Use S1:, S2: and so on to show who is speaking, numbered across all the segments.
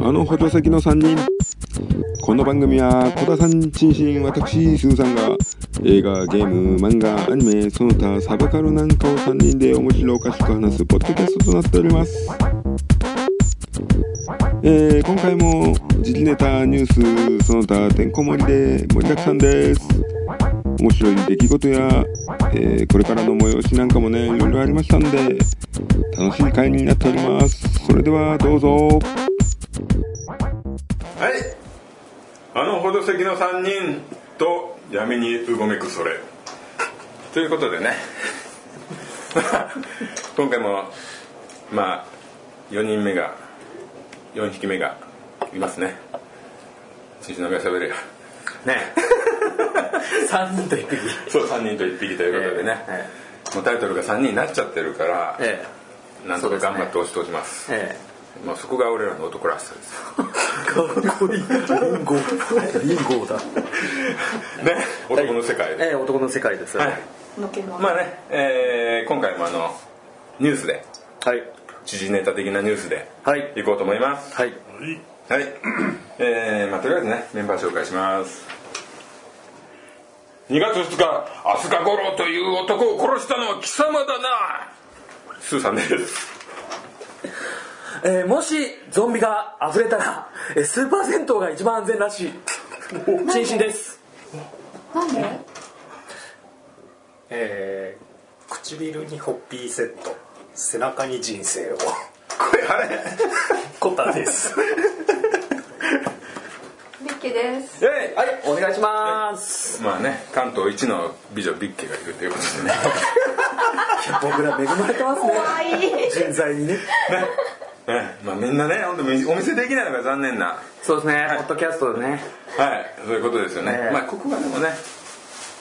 S1: あの矛先の3人この番組は小田さん、チンシン、私、スーさんが映画、ゲーム、漫画、アニメ、その他サブカルなんかを3人で面白おかしく話すポッドキャストとなっております、えー今回も時事ネタ、ニュース、その他てんこ盛りで盛りだくさんです面白い出来事や、えーこれからの催しなんかもねいろいろありましたんで楽しい会になっておりますそれではどうぞ
S2: はいあのほど席の3人と闇にうごめくそれということでね 今回もまあ4人目が4匹目がいますね新種の目が喋れよ
S3: ね 三人と一匹
S2: そう3人と1匹ということでね、
S3: え
S2: もうタイトルが3人になっちゃってるから、
S3: え
S2: なんとか頑張って押し通します
S3: え
S2: まあ、そこが俺らの男らしさです
S3: えかっこいいリンゴリンゴだ
S2: ね男の世界
S3: ええ男の世界です
S2: はい
S4: のけの
S2: まあね、えー今回もあのニュースで
S3: はい
S2: 知事ネタ的なニュースで
S3: はい
S2: 行こうと思います
S3: はい
S2: はい、えーまあ、とりあえずねメンバー紹介します2月2日飛鳥五郎という男を殺したのは貴様だなスーさんです
S3: えーもしゾンビが溢れたら、えースーパー銭湯が一番安全らしいチンシンです
S4: なんで
S5: えー唇にホッピーセット背中に人生を
S2: これあれ
S5: コタです
S4: ビッキーです
S2: えい
S3: はいお願いします
S2: まあね関東一の美女ビッケがいるということでね
S3: 僕ら恵まれてますね
S4: 怖い
S3: 人材にね
S2: ねまあみんなね本当にお見せできないのが残念な
S3: そうですね、ポッドキャストでね
S2: はいそういうことですよね、
S3: ね
S2: まあここがでもね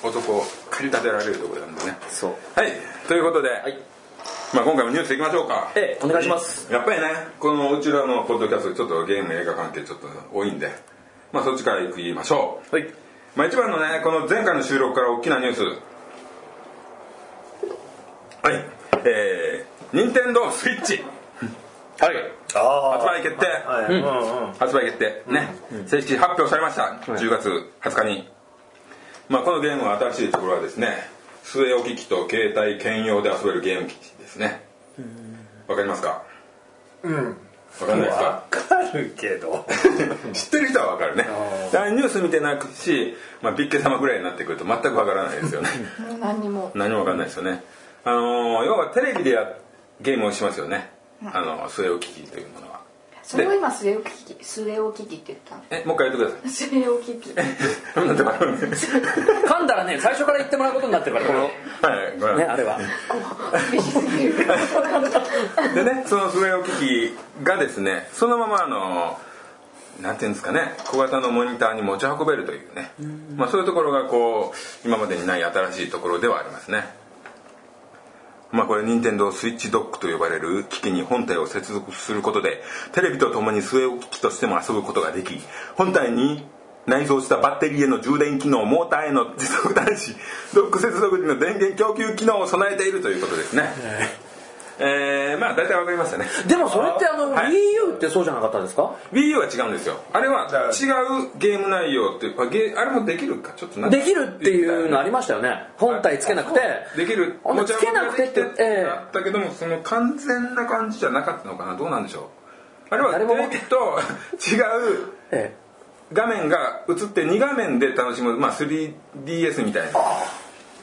S2: 男を駆り立てられるところなんでね
S3: そう
S2: はいということで、
S3: い
S2: まあ、今回もニュースいきましょうか
S3: ええお願いします
S2: やっぱりねこのうちらのポッドキャストちょっとゲーム映画関係ちょっと多いんでまあそっちからいきましょう
S3: はい
S2: まあ一番のねこの前回の収録から大きなニュースはいえー、任天堂スイッチはい
S5: あ
S2: 発売決定、
S5: あはい、うんうん
S2: 発売決定ね、正式発表されました、10月20日に、まあ、このゲームは新しいところはですね据え置き機と携帯兼用で遊べるゲーム機ですねわかりますかうんわかんないですか
S5: わかるけど
S2: 知ってる人はわかるねだからニュース見てなくし、まあ、ビッケ様ぐらいになってくると全くわからないですよね
S4: 何にも
S2: 何もわかんないですよねあのー要はテレビでやゲームをしますよねあの据え置き機というものは
S4: それを今スレオキキスレオキキって言ったの
S2: えもう一回言ってください
S4: スレオキキ
S2: なんで笑うんですか
S3: 噛んだらね最初から言ってもらうことになってるからこの
S2: はいごめんなさ
S3: ね
S2: い
S3: あれは
S4: ビシすぎる
S2: でねその据え置き機がですねそのままあのなんていうんですかね小型のモニターに持ち運べるというねまあ、そういうところがこう今までにない新しいところではありますねまあこれ任天堂スイッチドックと呼ばれる機器に本体を接続することでテレビとともに据え置き機としても遊ぶことができ本体に内蔵したバッテリーへの充電機能モーターへの持続端子ドック接続時の電源供給機能を備えているということですねえー、まあ大体わかりましたね
S3: でもそれってあの、
S2: はい
S3: WiiU ってそうじゃなかったですか
S2: WiiU は違うんですよあれは違うゲーム内容っていうあゲーあれもできるかちょっとなんか
S3: できるっていうのありましたよね本体つけなくて
S2: できる
S3: あのつけなくてって
S2: 持ち運びができ
S3: ええ
S2: あったけどもその完全な感じじゃなかったのかなどうなんでしょうあれはテ
S3: 誰も
S2: レビと違う
S3: え
S2: 画面が映って2画面で楽しむ、まあ、3DS みたいな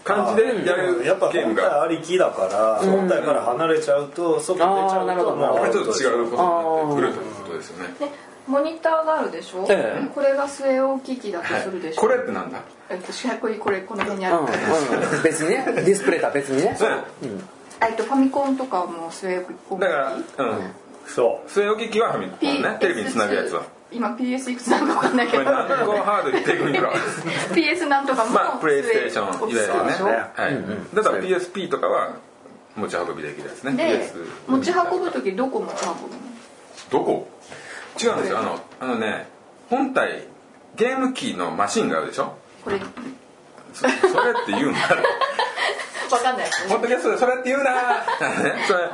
S2: 感じでやる
S5: やっぱ
S2: ゲーム
S5: 本体
S2: が
S5: ありきだから本体から離れちゃうと外出ち
S3: あ
S5: ゃ
S3: ー
S5: う
S3: なるほ
S5: と
S3: どなるほど
S2: こ
S5: まあ
S2: れちょっと違うことになってくるということですよね
S4: でモニターがあるでしょ、
S3: ええ
S4: これがスレオキキだとするでしょ、
S2: これってなんだ
S4: えっと四角いこれこの辺にあ
S3: えう
S4: る
S3: ん
S4: から、
S3: うん別に ねディスプレイとは別にね
S4: えっとファミコンとかもスレオキキ
S2: だからうん
S5: そう
S2: 据え置き機はファミコンね
S4: PS
S2: テレビにつなぐやつは
S4: 今 PS いくつなのか分かんないけ
S2: こ
S4: ど
S2: れ何個ハードにテクニックだ
S4: PS なんとかも
S2: まあプレイステーション
S4: スレオキ
S2: い
S4: キ
S2: わゆるね
S4: でしょ
S2: はいだから PSP とかは持ち運びできるやつね
S4: で
S2: PS
S4: 持ち運ぶ時どこ持ち運ぶの
S2: どこ違うんですよあのあのね本体ゲームキーのマシンがあるでしょ
S4: これ
S2: そそれって 言うんだ
S4: わかんない
S2: ポッドキャストでそれって言うなそれ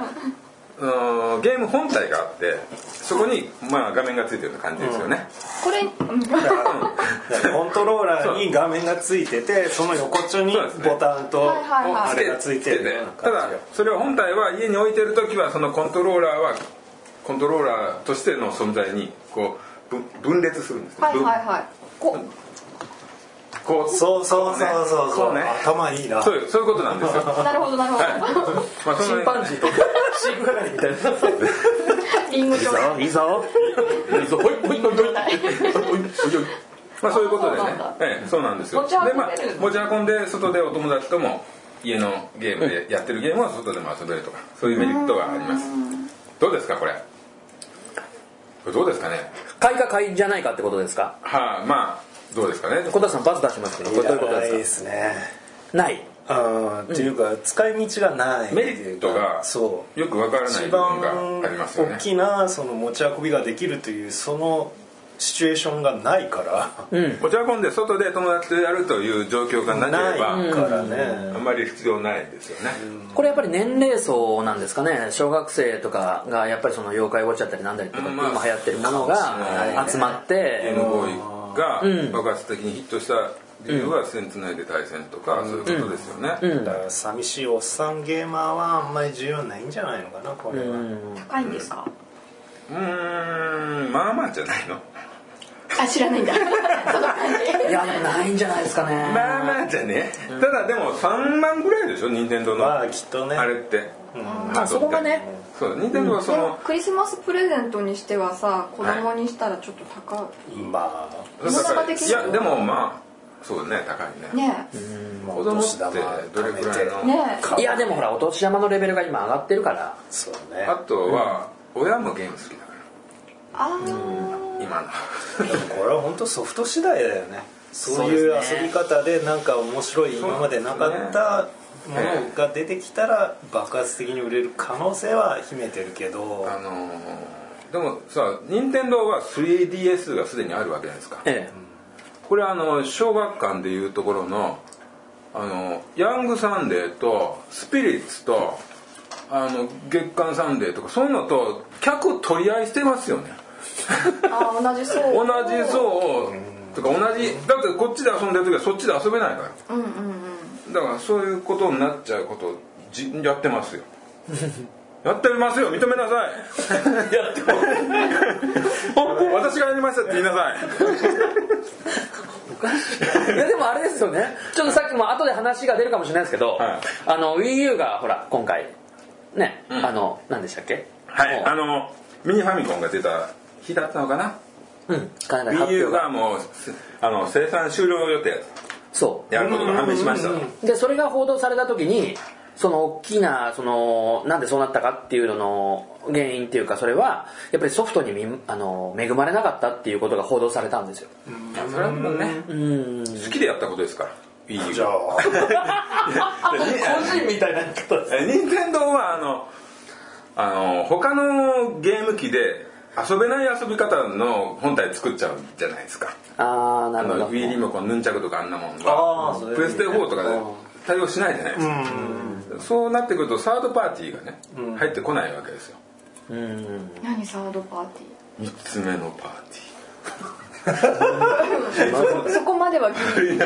S2: あのゲーム本体があってそこに、まあ、画面がついてるような感じですよね、
S4: これ、うん、
S5: だからコントローラーに画面がついててその横っちょに
S2: そうですね
S5: ボタンと
S4: はいはいはい
S5: あれがついてるような
S2: た
S5: 感
S2: だ
S5: じよ
S2: それは本体は家に置いてる時はそのコントローラーはコントローラーとしての存在にこうぶ分裂するんですね、
S4: はいはいはいこ
S2: ぶこう
S5: そうそうそうそう
S2: こ
S5: そうう、
S2: ね
S5: 頭いいな
S2: そういうそういうことなんですよ、
S4: なるほどなるほど
S2: まあ、そ
S3: チ
S2: の
S3: ンパンジ ーとか飼育係みたいな
S4: リンゴ状態
S3: いいぞいいぞほいほいほいほいほいほい
S2: まあそういうことでね
S4: あそうなんだ。
S2: ええ、そうなんですよ。
S4: 持ち運べ
S2: で
S4: る
S2: まあ持ち運んで外でお友達とも家のゲームでやってるゲームは外でも遊べるとかそういうメリットがあります。どうですかこれ？これどうですかね。
S3: 買いか買いじゃないかってことですか
S2: はあまあどうですかね。
S3: 小田さんバズ出しましたけどこれどういうこと
S5: いやいい
S3: で
S5: ですすね
S3: かない
S5: うんっていうか使い道がない
S2: メリットが
S5: そう
S2: よくわからない
S5: 一
S2: 部
S5: 番
S2: 分がありますよね
S5: 大。きなその持ち運びができるというそのシチュエーションがないから
S2: 持ち運んで外で友達とやるという状況がなけ
S5: ない
S2: れ
S5: か
S2: ば。
S5: らね
S2: あんまり必要ないですよね。
S3: これやっぱり年齢層なんですかね小学生とかがやっぱりその妖怪ウォッチだったりなんだりとかって
S2: うんまあ
S3: 今流行ってるものが集まっ
S2: ゲー
S3: て
S2: ムボーイが爆発的にヒットした理由が線つないで対戦とか、そういうことですよね。
S5: だから寂しいおっさんゲーマーはあんまり需要ないんじゃないのかなこれは、
S4: 高いんですか
S2: うーんまあまあじゃないの
S4: あ知らないん だその感
S3: いやでもないんじゃないですかね
S2: まあまあじゃね、ただでも3万ぐらいでしょ任天堂の
S5: ま
S2: あ
S5: あきっとね
S2: れって、
S3: まあそこがね
S2: そう任天堂は
S4: じ
S2: そ
S4: で
S2: の、
S4: もクリスマスプレゼントにしてはさ子供にしたらちょっと高
S5: まあ
S4: 世の中的に
S2: いやでもまあそうね高い
S4: い
S2: ね
S4: ね
S5: まあ
S2: 子
S5: お
S2: 供っ
S5: 年
S2: て
S5: 玉
S2: どれ
S5: 貯め
S2: くらい
S5: て
S2: の、
S4: ね
S3: いやでもほらお年玉のレベルが今上がってるから
S5: そうね
S2: あとは、親もゲーム好きだか
S4: あー
S2: ら今の
S5: でもこれは本当ソフト次第だよねそういう
S3: そうですね
S5: 遊び方でなんか面白い今までなかったものが出てきたら爆発的に売れる可能性は秘めてるけど
S2: あのーでもさ任天堂は 3DS がすでにあるわけじゃないですか
S3: え
S2: これあの小学館でいうところのあのヤングサンデーとスピリッツとあの月刊サンデーとかそういうのと客取り合いしてますよね
S4: あー同じそう
S2: 同じ層をとか同じだってこっちで遊んでる時はそっちで遊べないから、だからそういうことになっちゃうことをじやってますよやってますよ認めなさい やってます私がやりましたって言いなさい
S3: えいやでもあれですよねちょっとさっきも後で話が出るかもしれないですけど、
S2: はい
S3: あの WiiU がほら今回ね、あの何でしたっけ
S2: はい、
S3: もう
S2: あのミニファミコンが出た日だったのかな
S3: うんかなり発
S2: Wii
S3: 表
S2: U
S3: が
S2: がもうすあの生産終了予定
S3: そ
S2: やることが判明しました
S3: うでそれが報道された時にその大きなそのなんでそうなったかっていうのの原因っていうかそれはやっぱりソフトにみあの恵まれなかったっていうことが報道されたんですよ
S2: まあそれはもうね好きでやったことですから Wii U
S5: じゃあ
S3: 人みたいな
S2: え任天堂はあのあの他のゲーム機で遊べない遊び方の本体作っちゃうじゃないですか
S3: ああな
S2: あ
S3: るほど
S2: の Wii リモコンヌンチャクとかあんなもん
S5: あーそ
S2: は
S5: れ
S2: プレステ4とかで対応しないじゃないですかそうなってくるとサードパーティーがね入ってこないわけですよ
S4: 何サードパーテ
S2: 3つ目のパーティー
S4: ィーそこまではギリ ギリ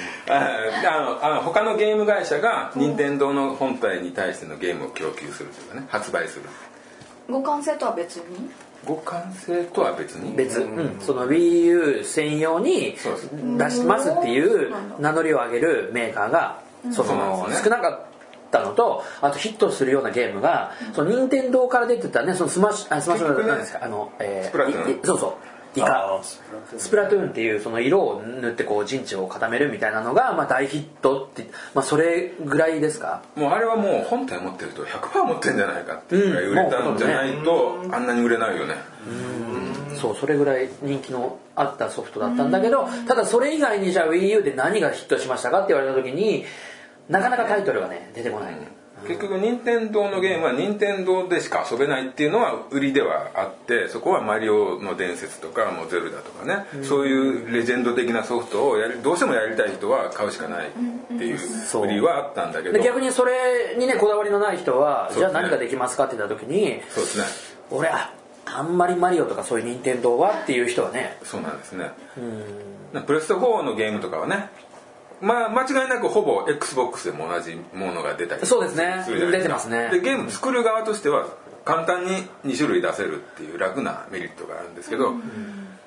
S2: あのあの他のゲーム会社が任天堂の本体に対してのゲームを供給するというかね発売する
S4: 互換性とは別に
S2: 互換性とは別に
S3: 別、うん、その WiiU 専用に
S2: そうです
S3: 出しますっていう名乗りを上げるメーカーがそ
S2: そうなん
S3: の
S2: ですね
S3: 少なかったのとあとヒットするようなゲームがその任天堂から出てたねそのスマッシュあスマッシュ
S2: 結局ね
S3: なんですかあのえー
S2: スプラトゥーン
S3: いいそうそうイカ
S5: あ
S3: スプラトゥーンっていうその色を塗ってこう陣地を固めるみたいなのがまあ大ヒットってまあそれぐらいですか
S2: もうあれはもう本体持ってると100%持ってるんじゃないかっていうぐらい売れたんじゃないとあんなに売れないよね
S3: そうそれぐらい人気のあったソフトだったんだけどただそれ以外にじゃあ WiiU で何がヒットしましたかって言われた時になかなかタイトルがね出てこない、うん
S2: 結局任天堂のゲームは任天堂でしか遊べないっていうのは売りではあってそこは「マリオの伝説」とか「もうゼルダ」とかね、そういうレジェンド的なソフトをやりどうしてもやりたい人は買うしかないっていう
S3: そう
S2: 売りはあったんだけど
S3: で逆にそれにねこだわりのない人は、
S2: そう
S3: じ
S2: で
S3: ゃ
S2: すね
S3: あ何ができますかって言った時に
S2: そうですね
S3: 俺ああんまりマリオとかそういう任天堂はっていう人はね
S2: そうなんですねなプレステ4のゲームとかはねまあ、間違いなくほぼ XBOX でも同じものが出たり
S3: そうですね
S2: るじゃない
S3: 出てますね
S2: でゲーム作る側としては簡単に2種類出せるっていう楽なメリットがあるんですけど、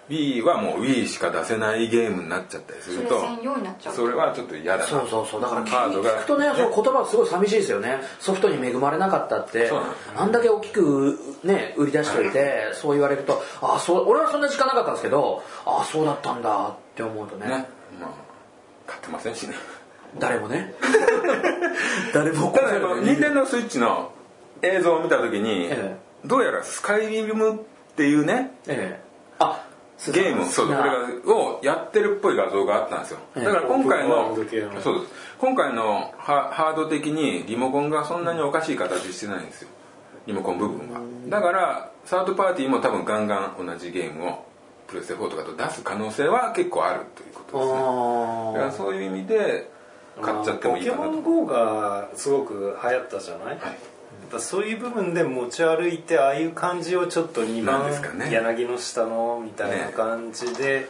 S2: Wii はもう Wii しか出せないゲームになっちゃったりす
S4: そ
S2: る
S4: れ
S2: と
S4: 専用になっちゃう
S2: それはちょっと嫌だな
S3: そうそうそうだから
S2: ハードが
S3: 聞くとねその言葉はすごい寂しいですよねソフトに恵まれなかったって
S2: そうなんです
S3: あんだけ大きくね売り出しといてそう言われるとあそう俺はそんな時間なかったんですけどあそうだったんだって思うとね
S2: ねまあ買ってませんしね
S3: 誰もね 誰も
S2: ただね任天堂スイッチの映像を見た時に、
S3: え
S2: どうやらスカイリムっていうね
S3: ええあスー
S2: ゲ
S3: パ
S2: ームそう
S3: な
S2: これがをやってるっぽい画像があったんですよ
S3: え
S2: だ
S3: え
S2: から今回
S5: オ
S2: の
S5: ープンワールド系の
S2: そうです今回のハハード的にリモコンがそんなにおかしい形してないんですよリモコン部分はだからサードパーティーも多分ガンガン同じゲームをプレステ4とかと出す可能性は結構あるということですねだから
S3: あー
S2: そういう意味で買っちゃってもいいかな
S5: ポケモン
S2: と
S5: GO がすごく流行ったじゃない、やっぱそういう部分で持ち歩いてああいう感じをちょっと2
S2: な
S5: 番
S2: んですかね
S5: 柳の下のみたいな感じで、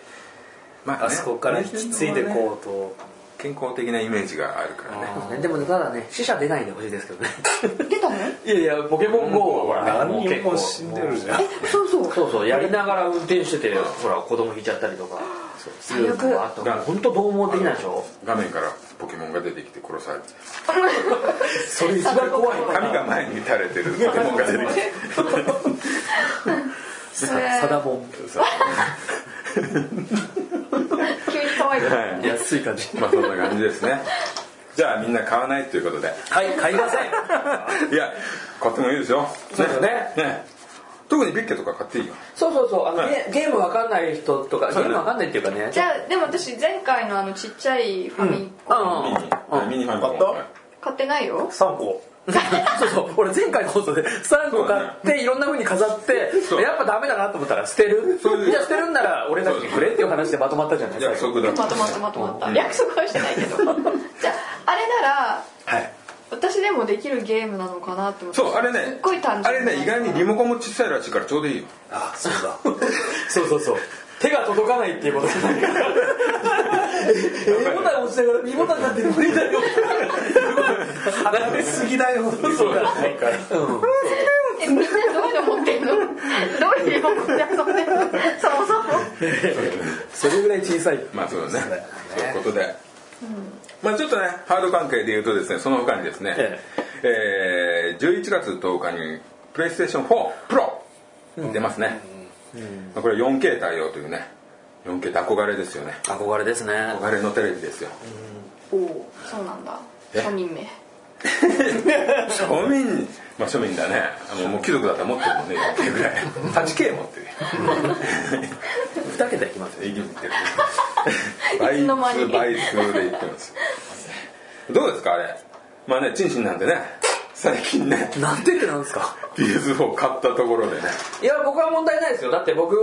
S2: ま
S5: あそこから引き継いで
S2: ね
S5: こうと、
S2: 健康的なイメージがあるからね
S3: ねでもねただね死者出ないでほしいですけどね
S4: 出たの
S3: いやいやポケモン GO は
S5: 何人も死んでるじゃん
S4: えそう そう
S3: そうそうやりながら運転しててほら子供引いちゃったりとかそういうのがあって
S2: 最悪
S3: 本当どう猛できないでしょ
S2: 画面からポケモンが出てきて殺されて
S3: それ一番怖い
S2: 髪が前に垂れてるポケモンが出てきて
S4: それ
S3: サダボン
S4: 急に可愛いです
S2: はい
S3: 安い感じ
S2: まあそんな感じですね。じゃあみんな買わないということで。
S3: はい買いません
S2: いや、買ってもいいですよ。
S3: そうですね
S2: ね特にビッケとか買っていいよ。
S3: そうそうそうあの、
S2: はい
S3: ゲゲームわかんない人とかゲ
S2: そう
S3: ー
S2: だね
S3: ムわかんないっていうかね
S4: じゃあでも私前回のあのちっちゃいファミコン
S2: ミ
S3: うん
S2: ニ、はいミニファミコン。
S5: 買った
S2: はい
S4: 買ってないよ
S5: 3個
S3: そうそう俺前回の放送で3個買っていろんな風に飾って
S2: そう
S3: やっぱダメだなと思ったら捨てる
S2: そういう
S3: じゃあ捨てるんなら俺たちにくれっていう話でまとまったじゃない
S2: 約
S3: 最後
S2: 束だ。
S4: まとまったまとまった約束はしてないけ どじゃああれなら
S2: はい。
S4: 私でもできるゲームなのかなって思って
S2: そうあれ
S4: すっ
S2: ね。
S4: ごい単
S2: あ
S4: 純
S2: れね意外にリモコンも小さいらしいからちょうどいいよ。
S5: あそうだ
S3: そうそうそう手が届かないっていうことじゃないからえボタン押しながら B ボタンなんて無理だよ離れすぎだよそうだね
S4: えみんなどういうの 持ってんのどういうリモコンで遊んでんのそもそも
S3: それぐらい小さい
S2: まあそうだね。そういうことで。まあちょっとねハード関係で言うとですねその他にですね、
S3: え
S2: えー11月10日にプレイステーション4プロ出ますね、まあこれ 4K 対応というね 4K って憧れですよね
S3: 憧れですね
S2: 憧れのテレビですよ
S4: おおそうなんだ
S2: え
S4: 庶民名
S2: 庶民まあ庶民だねあのもう貴族だったら持ってるもんね 4K ぐらい 8K 持ってる
S3: 2桁いきますよ
S2: 営業ってる
S4: いつの間に
S2: 倍数倍数で言ってますどうですかあれまあねチンシンなんでね最近ね
S3: なんてってなんですか
S2: PS4 買ったところでね
S3: いや僕は問題ないですよだって僕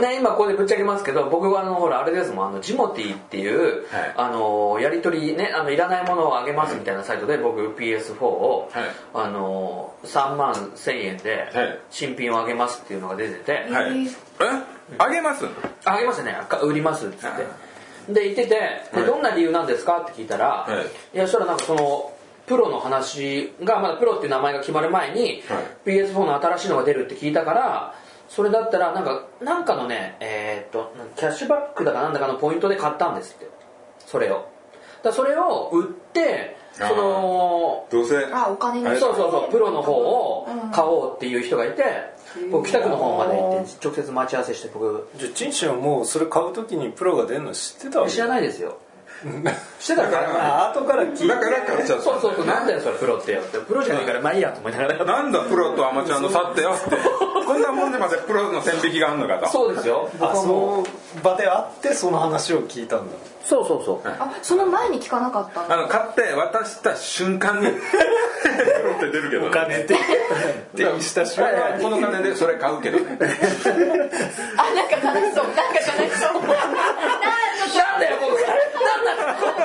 S3: ね今ここでぶっちゃけますけど僕はあのほらあれですもんあのジモティっていう、
S2: はい
S3: あのやり取りねあのいらないものをあげますみたいなサイトで僕 PS4 を、
S2: はい
S3: あの3万1000円で
S2: はい
S3: 新品をあげますっていうのが出てて、
S2: はい
S4: えー
S2: えあげます
S3: あげましたねか売りますっつっ
S2: は
S3: てで言っててで、
S2: はい
S3: どんな理由なんですかって聞いたら、
S2: はい
S3: いやそしたらなんかそのプロの話がまだプロっていう名前が決まる前に、
S2: はい
S3: PS4 の新しいのが出るって聞いたからそれだったらなんかなんかのねえーっとなんキャッシュバックだかなんだかのポイントで買ったんですってそれをだからそれを売ってそ
S2: あー
S3: の
S2: どうせ
S4: あお金に
S2: あれ
S4: そ
S3: そううそうそうプロの方を買おうっていう人がいて、僕北区の方まで行って直接待ち合わせして僕
S5: じゃあチンシンはもうそれ買う時にプロが出るの知ってたわけ
S3: 知らないですよしてたから買えない
S5: あ後から聞いて
S2: だから買っちゃった
S3: そうそうそうなんだよそれプロってよってプロじゃないからまあいいやと思いながら
S2: なんだプロとアマチュアの差ってよってこんなもんでまでプロの線引きがあるのかと
S3: そうですよ僕
S5: あ
S3: は
S5: そ
S3: もう
S5: の場で会ってその話を聞いたんだ
S3: そうそうそう
S4: あその前に聞かなかったん
S2: あ
S4: だ
S2: の買って渡した瞬間にって出るけど、ね、
S5: お金 でって言した瞬
S2: はい
S5: 間
S2: はいこの金でそれ買うけどね
S4: あなんか悲しそうなんか悲 しそう
S3: なんだよここなんだよここ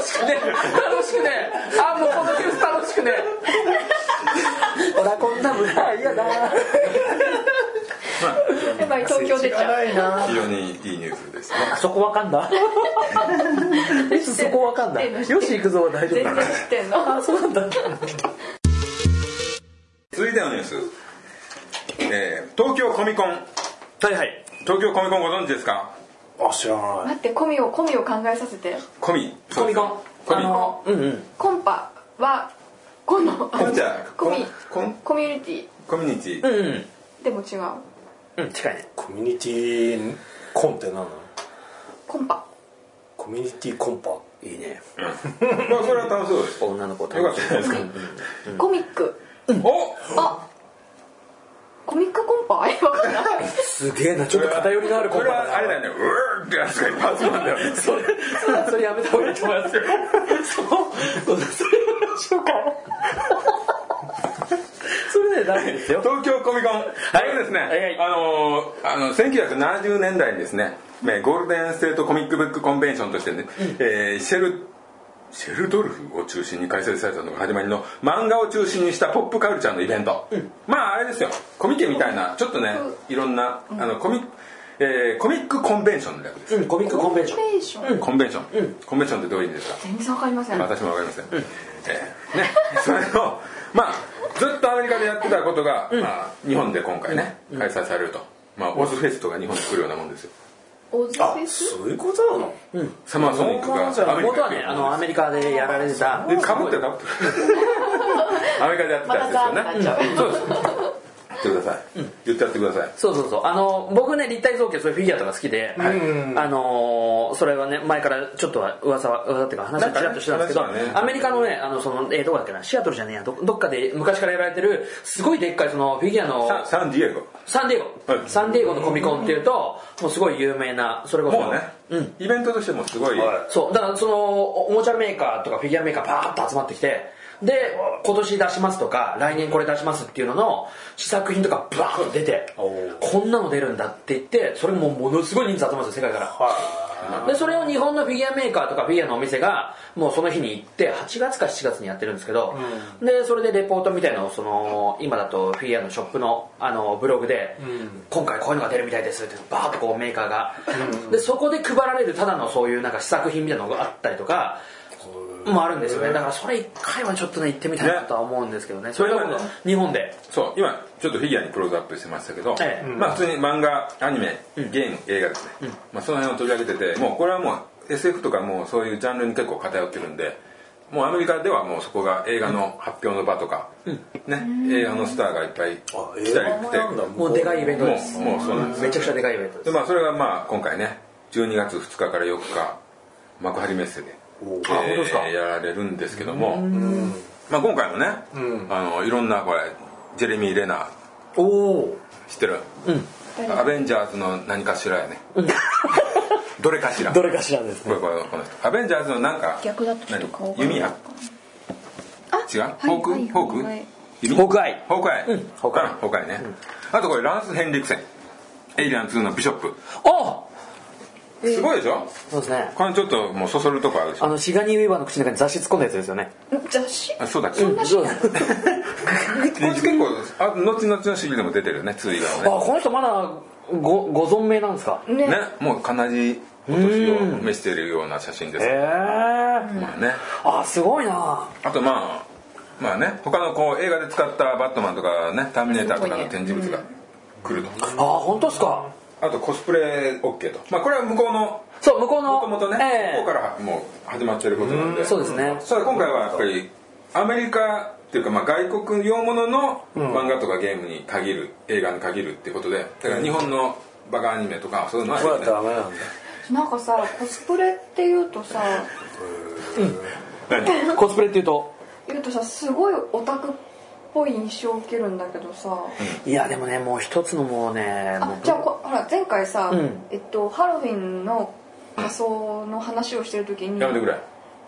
S4: すごい
S3: 楽 し
S4: 悲しそう
S3: くね楽しくねあもうこのニュース楽しくねほらこんな村嫌だ
S4: やばい東京出ちゃう
S5: いな
S2: 非常にいいニュースですね
S3: あそこわかんだそこわかんだよし行くぞ大丈
S4: 全
S3: 夫
S4: 然
S3: だ
S4: 知ってんの
S3: あそうなんだ
S2: 続いてのニュース、えー東京コミコン
S5: はいはい
S2: 東京コミコンご存知ですか
S5: あ知らない
S4: 待ってコミをコミを考えさせて
S2: コミ
S3: コミコン
S2: コミ
S4: あの
S3: うんうん
S4: コンパはコンの
S2: コンじゃ
S4: コミ
S2: コン
S4: コミュニティ
S2: コミュニティ
S3: うんうん
S4: でも違う
S3: うん近いね
S5: コミュニティコンって何なの
S4: コンパ
S5: コミュニティコンパ
S3: いいね
S2: まあそれは楽しそうです
S3: 女の子
S2: よかったじゃないですか
S4: コミック
S2: お
S4: あコミックコンパえわか んない
S3: すげえなちょっと偏りのあるコン
S2: それ
S3: パ
S2: はあれだよねうーってやつがいっぱい集まるんだよね
S3: それそれそれやめた方がいいと思いますよそうそれはしようかそれねダメですよ
S2: 東京コミコン、これですね、
S3: はいはい
S2: あのーあの1970年代にですね、ねゴールデン・ステート・コミックブック・コンベンションとしてね、えーシェルシェルドルフを中心に開催されたのが始まりの漫画を中心にしたポップカルチャーのイベント、まああれですよコミケみたいなちょっとねいろんなあのコミ,、えーコミックコンベンションの略です、
S3: うんコミックコンベンシ
S4: コ
S3: ョ
S4: ンベンション
S2: コンベンション、コンベンションってどういう意味ですか
S4: 全然わかりません
S2: 私もわかりません、えーね、それのまあずっとアメリカでやってたことが、まあ、日本で今回ね開催されると、まあ、オズフェストが日本に来るようなもんですよ
S4: オズフ
S5: あ
S4: ェス
S5: そういうことなの
S2: サマーソニックが
S5: そう
S2: アメ
S3: ン
S2: リ
S3: 元
S2: カ
S3: は
S2: で
S3: ねあのアメリカでやられてた
S2: でかぶってかぶってアメリカでやってたやつですよね、
S4: またザーってなっちゃう
S2: そうです言ってください、言ってやってください
S3: そうそうそうあの僕ね立体造形そういうフィギュアとか好きで、あのーそれはね前からちょっとは噂は噂っていうか話はちらっとしてたんですけど、
S2: なんかね話はね
S3: アメリカのねあのその、えーどこだっけなシアトルじゃねえやどどっかで昔からやられてるすごいでっかいそのフィギュアの
S2: サンサンディエゴ
S3: サンディエゴ、
S2: はい
S3: サンディエゴのコミコンっていうともうすごい有名なそれこそ
S2: もうね、
S3: うん
S2: イベントとしてもすごい、
S5: は
S3: そうだからそのおおもちゃメーカーとかフィギュアメーカーパーッと集まってきてで今年出しますとか来年これ出しますっていうのの試作品とかバーッと出て
S5: おー
S3: こんなの出るんだって言ってそれもものすごい人数集まるんですよ世界からでそれを日本のフィギュアメーカーとかフィギュアのお店がもうその日に行って8月か7月にやってるんですけど、でそれでレポートみたいのをその今だとフィギュアのショップのあのブログで、今回こういうのが出るみたいですってバーッとこうメーカーが、でそこで配られるただのそういうなんか試作品みたいなのがあったりとかもあるんですよねだからそれ1回はちょっとね行ってみたいなとは思うんですけどねそれが
S2: ね
S3: 日本で
S2: そう今ちょっとフィギュアにクローズアップしてましたけど、
S3: ええ
S2: まあ普通に漫画アニメゲーム、映画ですね、まあ、その辺を取り上げててもうこれはもう SF とかもうそういうジャンルに結構偏ってるんでもうアメリカではもうそこが映画の発表の場とか、ね映画のスターがいっぱい
S5: あ
S2: 来たり来て
S3: もうでかいイベントです
S2: もうもうそうなんです
S3: めちゃくちゃでかいイベントです
S2: でまあそれがまあ今回ね12月2日から4日幕張メッセで、え
S5: あ
S2: ー
S3: 本当ですか
S2: やられるんですけどもまあ今回もね、あのいろんなこれジェレミー・レナー
S3: おお
S2: 知ってる
S3: うん
S2: アベンジャーズの何かしらやね。どれかしら。
S5: ど
S2: こ
S5: れかしらですね
S2: れこれこの人。アベンジャーズのなんか。
S4: 逆だとちょっと顔が
S2: 何弓矢。違う。フォーク。
S4: はい
S2: フォー
S4: はいはい
S2: ク。弓
S3: ホークアイ
S2: フォークアイ。
S3: うんフォークアイ
S2: うんフォークアイね。あとこれランスヘンリクセン。エイリアン2のビショップ。
S3: あ
S2: すごいでしょ。
S3: そうですね
S2: これちょっともうそそるとこあるでし
S3: あ
S2: ょ。
S3: のシガニー・ウィーバーの口の中に雑誌突っ込んだやつですよね
S4: 雑誌
S2: あそうだっけ。
S3: そう
S2: で結構あ後々のシリーズも出てるよね。2以外
S3: あ
S2: はね。
S3: この人まだごご存命なんですか
S4: ね
S2: ねもうかなりお年を召しているような写真で
S3: へ
S2: す。
S3: え
S2: まあね。
S3: あすごいな
S2: あとまあまあね他のこう映画で使ったバットマンとかねターミネーターとかの展示物が来ると、
S3: あ本当ですか
S2: あとコスプレ OK とまあこれは向こうの
S3: そう向こうの
S2: もともとね、
S3: え
S2: 向こうからもう始まってることなんで
S3: えそうですね
S2: それ今回はやっぱりアメリカっていうかまあ外国用ものの漫画とかゲームに限る、映画に限るっていうことでだから日本のバカアニメとかそういうのは
S5: これはダメなんだ
S4: なんかさコスプレっていうとさ
S2: 何
S3: コスプレっていうと
S4: 言うとさすごいオタクっぽい印象を受けるんだけどさ
S3: いやでもねもう一つのもうねも
S4: あ
S3: う
S4: じゃあこほら前回さ、
S3: うん
S4: えっとハロウィンの仮装の話をしてる時に
S2: やめてくれ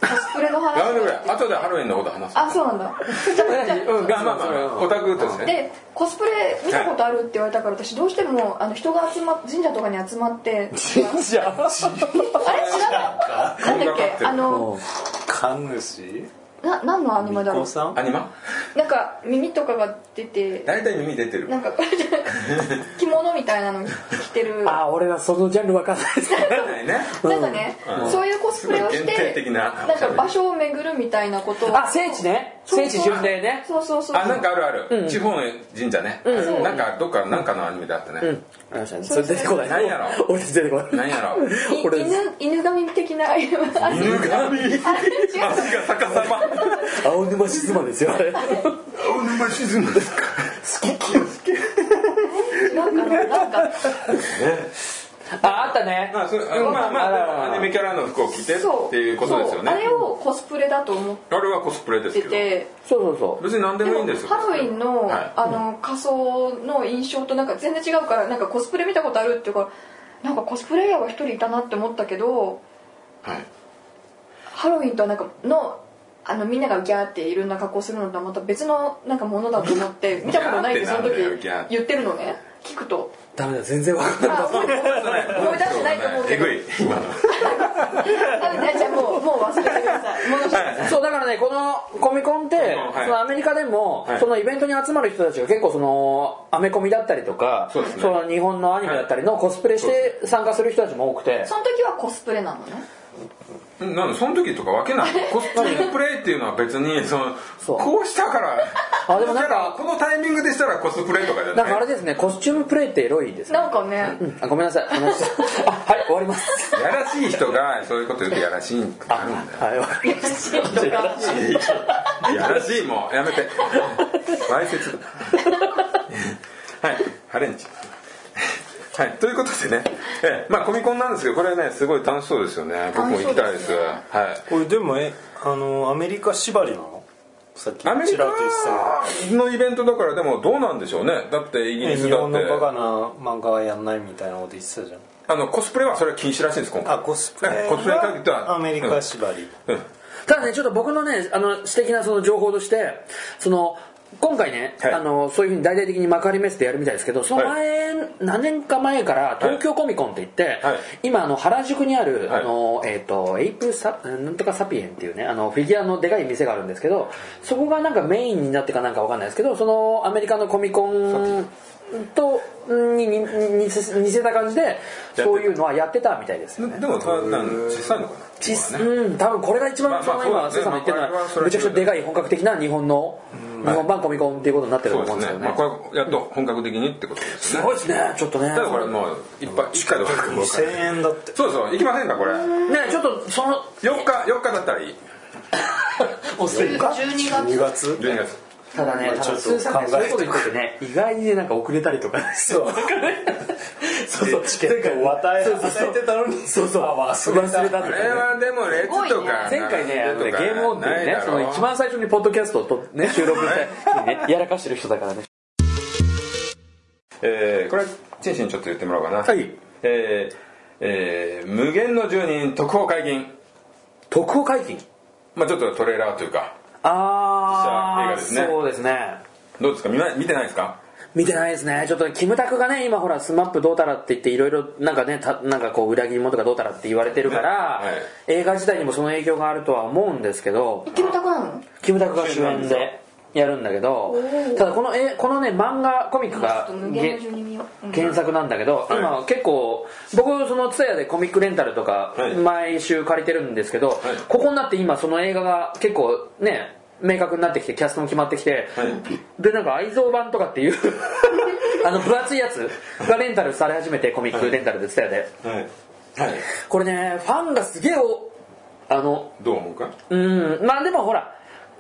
S4: コスプレの話
S2: やめてくれ後でハロウィンのこと話す
S4: あそうなんだじゃあじゃあ
S2: うんまあまあまあオタクとしてね
S4: でコスプレ見たことあるって言われたから私どうしてもあの人が集ま神社とかに集まって
S5: じゃあ
S4: あ れ知らないなんだっけあの
S5: 神主
S4: な何のアニメだろ
S5: 子
S4: う
S5: さん
S2: アニマ
S4: なんか耳とかが出て
S2: 大体耳出てる
S4: なんか 着物みたいなの着て る
S3: あ俺はそのジャンルわかんないですね
S2: ないね
S4: なんかね、そういうコスプレをし
S2: すごい限定
S4: て
S2: 的な
S4: なんか場所を巡るみたいなことを
S3: あ聖地ね聖地巡礼ね
S4: そうそうそう
S2: あなんかあるある、地方の神社ね、
S4: ん
S2: なんかどっかなんかのアニメであったね、
S3: ありましたねそれ出てこない
S2: 何やろ
S3: 俺出てこない
S2: なんやろ
S4: い
S3: 俺
S4: 犬犬神的なあ れあれ違う
S2: 犬神足が逆さま
S3: 青沼静馬ですよあれ
S2: 青沼静馬ですか
S4: かななんか
S3: ああったね
S2: まあそれあのまあまあ
S3: う
S2: でも
S3: ん
S2: アニメキャラの服を着て
S4: そう
S2: っていうことですよね
S4: そうあれをコスプレだと思っ
S2: あれはコスプレです
S4: て
S2: けど
S4: て
S3: そうそうそう
S2: 別に何で
S4: で
S2: もいい
S4: も
S2: んですよ
S4: ハロウィンの,、
S2: はい
S4: あの仮装の印象となんか全然違うからなんかコスプレ見たことあるっていうからなんかコスプレイヤーが一人いたなって思ったけど
S2: はい
S4: ハロウィンとはなんかのあのみんながギャーっていろんな格好するのとはまた別のなんかものだと 思って見たことないってその時
S2: ギャーってなんだよギャー
S4: 言ってるのね聞く と
S3: ダメだ全然わかんない
S4: あ思い出思い出してないと思うけ
S2: え
S4: ど
S2: ぐい今の
S4: あじゃあもうもう忘れてください戻してください
S3: そうだからねこのコミコンって、
S2: はい
S3: そのアメリカでも、
S2: はい
S3: そのイベントに集まる人たちが結構そのアメコミだったりとか
S2: そうですね
S3: の日本のアニメだったりのコスプレして参加する人たちも多くて
S4: その時はコスプレなのね
S2: うんなんでその時とか分けないコスコスプレっていうのは別にその
S3: そう
S2: こうしたから
S3: あでもなんか
S2: このタイミングでしたらコスプレとかじゃな
S3: ないんかあれですねコスチュームプレイってエロいですね
S4: なんかね
S3: うんあごめんなさい話あはい終わります
S2: やらしい人がそういうこと言うとやらしいくなるんだよ
S3: はいわかりました
S2: やらしいもうやめてわいせつだはいハレンチはいということでね、ええまあコミコンなんですけどこれねすごい楽しそうですよね僕も行きたいです
S4: 楽し
S2: はい
S5: これでもえあのアメリカ縛りなのさっきち
S2: ア
S5: ら
S2: メ
S5: っと
S2: リ
S5: 言って
S2: カ
S5: た
S2: のイベントだからでもどうなんでしょうねだってイギリ
S5: ね
S2: ス
S5: 日
S2: だっ
S5: 本
S2: て
S5: のバカな漫画はやんないみたいなこと言ってたじゃん
S2: あのコスプレはそれは禁止らしいんです今回
S5: あコスプレ
S2: コスプレに限っては
S5: アメリカ縛り、
S3: ただねちょっと僕のねあの私的なその情報としてその今回ね、
S2: はい
S3: あのそういうふうに大々的に幕張メッセでやるみたいですけどその前、何年か前から東京コミコンって言って、
S2: はい
S3: 今あの原宿にある、
S2: はい
S3: あのえっ、とエイプサなんとかサピエンっていうねあのフィギュアのでかい店があるんですけどそこがなんかメインになってかなんかわかんないですけどそのアメリカのコミコンとににに似せ似せた感じでそういうのはやってたみたいですよね。
S2: でもたなん小さいのかな
S3: 実
S2: ここはね
S3: うん多分これが一
S2: まあ
S3: 番
S2: まあ
S3: その今瀬さんの言ってるの
S2: そうですね
S3: はめちゃくちゃでかい本格的な日本の日本版コミコンっていうことになってると
S2: そうで
S3: 思
S2: す
S3: うんです
S2: ね
S3: よ
S2: まあ
S3: ね
S2: これやっと本格的にってことです
S3: す
S2: ね
S3: ごいですねちょっとね
S2: ただこれもういっぱい一回で終わるから
S5: 2000円だって
S2: そうそう行きませんかこれ4
S3: ねちょっとその
S2: 日4日だったらいい
S3: おす
S4: 12月
S5: 2月
S2: 12月
S3: ただね
S5: まあ
S3: ただ
S5: ちょ
S3: 数
S5: っと
S3: さ
S5: 考
S3: ん
S5: え
S3: ね
S5: て
S3: そういうこと言っててね意外にねなんか遅れたりとかそう そうそう
S5: チケットを渡え
S3: そうそうそう
S5: 与えてたのに
S3: そうそう
S5: あ忘れた
S3: 忘れたと
S2: こ
S3: か
S2: れ
S3: ね
S2: はでも列とか
S3: 前回ねあのねゲームオンっていうねその一
S2: 番
S3: 番最初にポッドキャストをとね収録した 時にねやらかしてる人だからね
S2: えーこれチンシンちょっと言ってもらおうかな
S3: はい
S2: えーえー無限の住人特報解禁
S3: 特報解禁
S2: まあちょっとトレーラーというか実写映
S3: ああ
S2: 画ですね
S3: そうですね
S2: どうですか見ない見てないですか
S3: 見てないですねちょっとキムタクがね今ほらスマップどうたらって言っていろいろなんかねたなんかこう裏切り者とかどうたらって言われてるから、
S2: ねはい
S3: 映画自体にもその影響があるとは思うんですけど
S4: 行ってみたくなるの
S3: キムタクが主演でやるんだけどただこのえこのね漫画コミック
S4: ちょっ
S3: が
S4: と無限の住人見よう、うん
S3: 原作なんだけど、
S2: はい
S3: 今結構僕その TSUTAYA でコミックレンタルとか
S2: はい
S3: 毎週借りてるんですけど、ここになって今その映画が結構ね明確になってきてキャストも決まってきて、
S2: はい
S3: でなんか愛蔵版とかっていう あの分厚いやつがレンタルされ始めてコミックレンタルで TSUTAYA で
S2: はいはい
S3: これねファンがすげえおあの
S2: どう思うか
S3: うんまあでもほら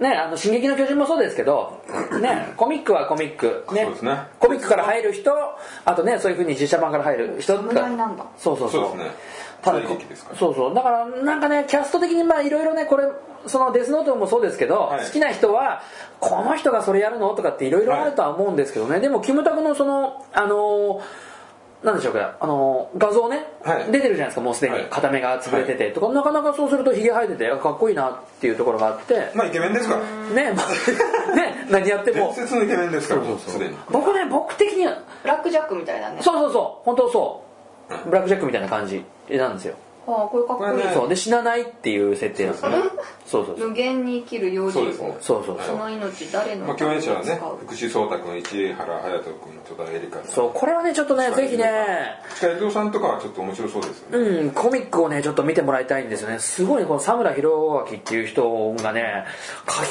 S3: ね、あの「進撃の巨人」もそうですけど、 ね、コミックはコミック、ね
S2: そうですね
S3: コミックから入る人あとねそういうふうに実写版から入る人とか
S4: 侍なんだ
S3: そうそうそう
S2: そうですね
S3: ただ
S2: 時代劇ですから
S3: そうそうだからなんかねキャスト的にまあいろいろねこれそのデスノートもそうですけど、
S2: はい
S3: 好きな人はこの人がそれやるのとかっていろいろあるとは思うんですけどね、でもキムタクのそのあのーなんでしょうかあのー画像ね、
S2: はい
S3: 出てるじゃないですかもうすでに
S2: はい
S3: 片目が潰れててとか、なかなかそうするとひげ生えててあかっこいいなっていうところがあって、
S2: まあイケメンですから
S3: ね まあね何やって
S2: 伝
S3: も
S2: 説のイケメンですからもうすでに
S3: 僕ね僕的には
S4: ブラックジャックみたいなね
S3: そうそうそう本当そうブラックジャックみたいな感じなんですよ、
S4: ああこれかっこいい
S2: これね
S3: そうで死なないっていう設定なんですねそうそうそう
S4: 無限に生きる幼児
S2: そうですね
S3: そうそうそ
S4: そうの命誰の
S2: まあ、
S4: た
S2: 共
S4: め
S2: 演
S4: に
S2: 者
S4: 使う
S2: はね福士蒼太君市原隼人君戸田恵梨香さん
S3: そうこれはねちょっとねぜひね
S2: 北条さんとかはちょっと面白そうですよね、
S3: うん、コミックをねちょっと見てもらいたいんですよねすごいねこの佐村弘明っていう人がね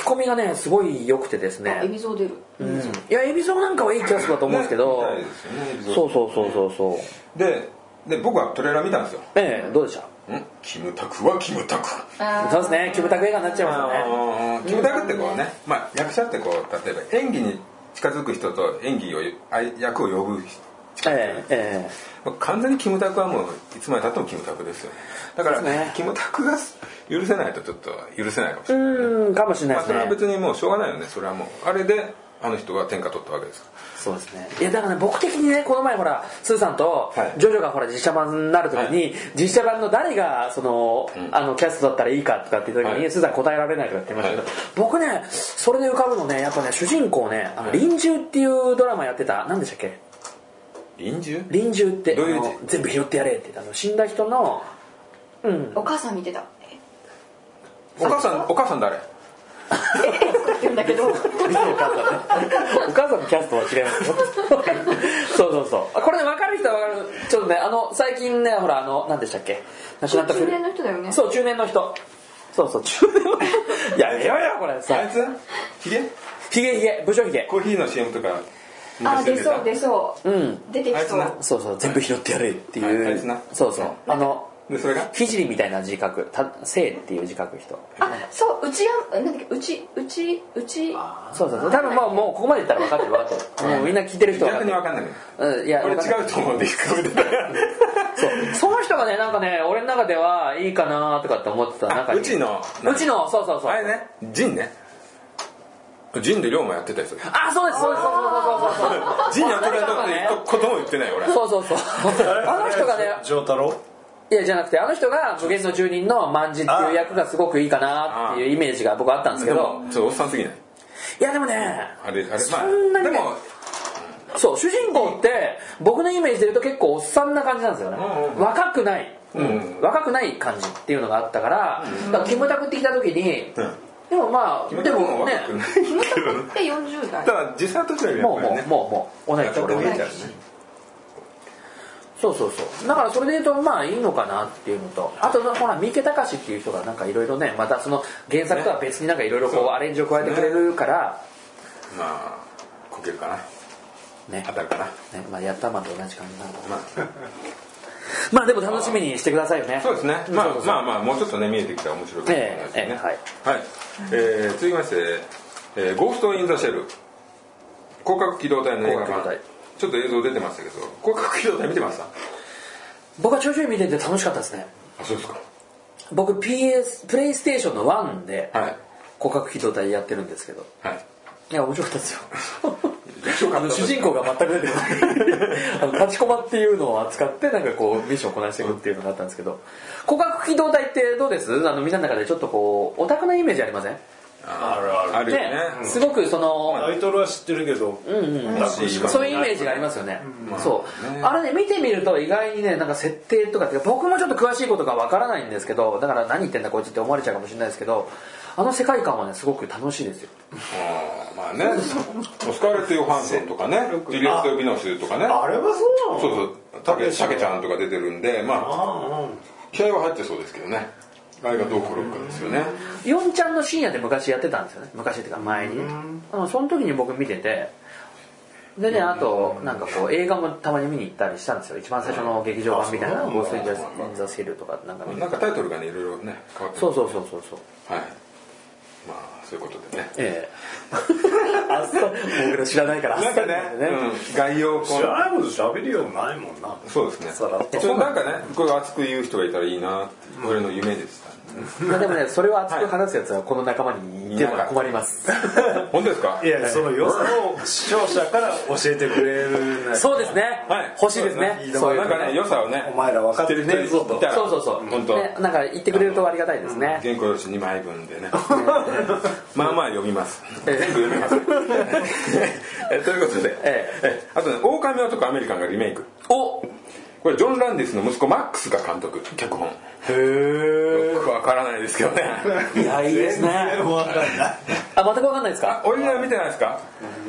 S3: 書き込みがねすごい良くてです
S4: あエ
S3: ね、
S4: ビゾー出る
S3: うん、いや海老蔵なんかはいいキャストだと思うんですけど、
S2: ね見たいですよね海老蔵
S3: そうそうそうそうそう
S2: でで僕はトレーラー見たんですよ
S3: ええどうでした
S2: んキムタクはキムタク
S4: あ
S3: そうですねキムタク映画になっちゃいますよね
S2: あのーキムタクってこうね、まあ、役者ってこう例えば演技に近づく人と演技をあ役を呼ぶ人
S3: えええ
S2: まあ完全にキムタクはもういつまでたってもキムタクですよねだから
S3: そうですね
S2: キムタクが許せないとちょっと許せないかもし
S3: え
S2: れない、
S3: うんかもしれない
S2: まあ、
S3: です
S2: そ
S3: ね
S2: れは別にもうしょうがないよねそれはもうあれであの人が天下取ったわけですから
S3: そうですねいやだからね僕的にねこの前ほらスーさんと
S2: はい
S3: ジョジョがほら実写版になる時に、実写版の誰がその、あのキャストだったらいいかとかっていう時に、
S2: はい
S3: スーさん答えられないとかって言ってましたけど、
S2: は
S3: 僕ねそれで浮かぶのねやっぱね主人公ねあの臨終っていうドラマやってた何でしたっけ
S2: 臨終
S3: 臨終ってあ
S2: どういう字
S3: の全部拾ってやれって言ったあの死んだ人のうん
S4: お母さん見てた
S2: お母さんお母さん誰
S4: 言ってんだけ ど
S3: お母さんのキャストは違いますよ そうそうそうこれね分かる人は分かるちょっとねあの最近ねほらあの何でしたっけ亡くなった
S4: 中年の人だよね
S3: そう中年の人そうそう中年の 人いやめようよこれさ
S2: あいつヒゲ
S3: ひげひげ武将ひげ
S2: コーヒーの CM とか
S4: あー
S2: 昔
S4: 出
S2: てた
S4: そう出そう、
S3: うん
S4: 出てきそう
S2: あいつ
S3: そうそう全部拾ってやれっていう、
S2: はいあいつな
S3: そうそうあの
S2: でそれが
S3: ひじりみたいな字書くた姓っていう字書く人
S4: あそううちやなんだっけうちうちうち
S3: そうそうそう多分もうもうここまでいったら分かってる分かってるもうみんな聞いてる人は
S2: 逆
S3: 分
S2: に
S3: か
S2: 分
S3: って
S2: かんない
S3: るうんいや
S2: これ
S3: 分かんない
S2: 違うと思うんで引っ込め てた
S3: そうその人がねなんかね俺の中ではいいかなとかって思ってた中
S2: あ
S3: に
S2: うちの
S3: うちのそうそうそう
S2: あれねジンねジンで龍馬やってた人
S3: あそうですそうです
S2: ジンやってた人って一個言も言ってない俺
S3: そうそうそうそうそうそうそうあの人がね
S5: 丈太郎
S3: いやじゃなくてあの人が無限の住人の万事っていう役がすごくいいかなっていうイメージが僕はあったんですけ
S2: で
S3: ど
S2: もちょっとおっさんすぎない
S3: いやでもね
S2: あれあれまあ
S3: そんなにね
S2: でも
S3: そう主人公って僕のイメージで言うと結構おっさんな感じなんですよね
S2: うんうんうん
S3: 若くない
S2: うん
S3: 若くない感じっていうのがあったからだからキムタクって来た時に
S2: うん
S3: でもまあ
S2: 決め
S3: で
S2: た方が
S3: もね
S2: 若くない
S4: キムタクって40代
S2: ただ実際としてはやっ
S3: もう
S2: ぱり
S3: も
S2: ね
S3: うもうもう同じところ
S2: 見
S4: 同
S2: え
S4: じ
S2: ちゃうね
S3: そうそうそうだからそれで言うとまあいいのかなっていうのとあとほら三池隆っていう人がなんかいろいろねまたその原作とは別になんかいろいろこ
S2: そう
S3: うアレンジを加えてくれるから
S2: まあこけるかな
S3: ね
S2: 当たるかな
S3: ねまあやったまと同じ感じなのかな
S2: ま
S3: まあでも楽しみにしてくださいよね
S2: あそうですねまあまあまあもうちょっとね見えてきたら面白いかもしれないですよね
S3: ええええはい
S2: はいえー続きましてえー「ゴースト・イン・ザ・シェル」広角機動隊の映画
S3: 広角機動
S2: 版
S3: 隊
S2: ちょっと映像出てましたけど広角機動隊見てました
S3: 僕はちょいちょい見てて楽しかったですね
S2: あそうですか
S3: 僕 PS プレイステーションの1で
S2: はい
S3: 広角機動隊やってるんですけど
S2: はい
S3: いや面白かったですよ
S2: 白か
S3: あ
S2: った
S3: の主人公が全く出てこないあの立ちこまっていうのを扱ってなんかこうミッションをこなしていくっていうのがあったんですけど広角機動隊ってどうですあのみんなの中でちょっとこうオタクなイメージありません
S5: あるある
S2: あるよねうん
S3: すごくその、
S5: タイトルは知ってるけど
S3: うんうんうん
S5: オタクしか
S3: そういうイメージがありますよね、
S2: まあ
S3: そう、
S2: ね
S3: あれね見てみると意外にねなんか設定とかって僕もちょっと詳しいことがわからないんですけどだから何言ってんだこいつって思われちゃうかもしれないですけどあの世界観はねすごく楽しいですよ
S2: あーまあねオスカーレット・ヨハンソンとかねジュリエット・ビノシュとかね
S5: あれはそうなの
S2: そうそうたけたけちゃんとか出てるんでまあ
S5: あ
S2: 気合は入ってそうですけどねあれがどう転ぶかですよね
S3: ヨンちゃんの深夜で昔やってたんですよね昔っていうか前にねあのその時に僕見ててでねあとなんかこう映画もたまに見に行ったりしたんですよ一番最初の劇場版みたいな「
S5: うんあそう
S3: ゴースト・イン・ザ・セル」とかなんか見て
S2: なんかタイトルがねいろいろね変わって
S3: そう
S2: う
S3: そうそうそうそう
S2: はいまあそういうことでね
S3: え えあそう僕ら知らないから
S2: なんかねうん概要をこ
S5: 知
S2: う
S5: らないこと喋るようないもんな
S2: そうですね
S5: さらっと
S2: ちょっとなんかねこれ熱く言う人がいたらいいなっていう俺の夢でしたね
S3: まあでもねそれを熱く話すやつはこの仲間に言っても困ります
S2: 本当ですか
S5: いやその良さを視聴者から教えてくれるな
S3: そうですね、
S2: はい
S3: 欲しいですね
S5: そう
S3: そういう
S2: なんかね良さをね
S5: お前ら分かってるねえぞと
S2: 知ってる人いたら
S3: そうそうそう
S2: 本当
S3: ねなんか言ってくれるとありがたいですね、
S2: 原稿用紙2枚分でねまあまあ読みます全部読みますえということで、
S3: え
S2: えあとね「狼男アメリカン」がリメイク
S3: お
S2: これジョン・ランディスの息子マックスが監督脚本
S5: へ
S2: よくわからないですけどね
S3: いやいいですね
S5: 分かんない
S3: あ全く分かんないですか
S2: オリジナル見てないですか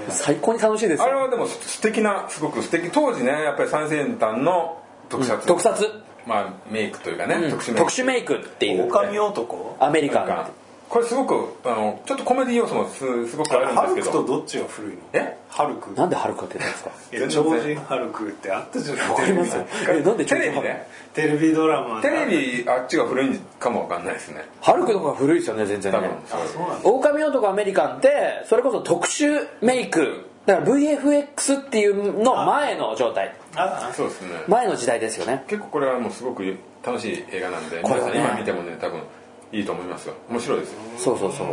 S3: 最高に楽しいです
S2: あ
S3: よ
S2: れはでも素敵なすごく素敵当時ねやっぱり最先端の特撮、
S3: 特撮、
S2: まあメイクというかね、
S3: うん
S2: 特殊メイク
S3: 特殊メイクっていう
S5: 狼男
S3: アメリカ
S2: なんか
S3: ン
S2: これすごくあのちょっとコメディ要素もすすごくある
S5: ハ
S2: ん
S5: ル
S2: です
S5: ク
S2: け
S5: と
S2: ど
S5: どっちが古いの
S2: え
S5: ハルク
S3: なんでハルクが出たんですか
S5: いや超人ハルクってあったじゃない
S3: ありますよえなんで
S2: テレビね
S5: テレビドラマ
S2: テレビあっちが古いかもわかんないですね
S3: ハルクの方が古いですよね全然
S2: 多
S3: ね
S2: 分
S5: そうなんだ
S3: 狼男アメリカンってそれこそ特殊メイクだから VFX っていうの前の状態
S5: あ
S2: そうですね
S3: 前の時代ですよね
S2: 結構これはもうすごく楽しい映画なんで
S3: これはね
S2: 皆さん今見てもね多分いいと思いますよ面白いですよ
S3: そうそうそう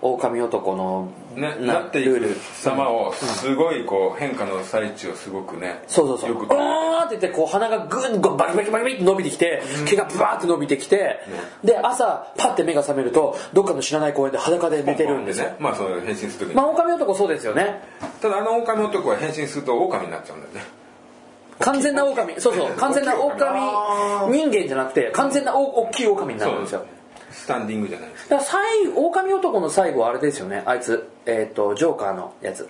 S3: 狼男の
S2: ね、
S3: な
S2: なってい
S3: ルー
S2: く
S3: ル
S2: 様をすごいこう変化の最中をすごくね
S3: そうそうそう
S2: よ
S3: う
S2: く
S3: ーって言ってこう鼻がグンこうバキバキバキバキって伸びてきて毛がブワーって伸びてきてで朝パッて目が覚めるとどっかの知らない公園で裸で寝てるんですよ
S2: ねまあその変身する時に
S3: まあ狼男そうですよね
S2: ただあの狼男は変身すると狼になっちゃうんだよね
S3: 完全な狼そうそう完全な狼人間じゃなくて完全なお大きい狼になるんですよ
S2: スタンディングじゃないです
S3: だから最後狼男の最後はあれですよねあいつえっ、とジョーカーのやつ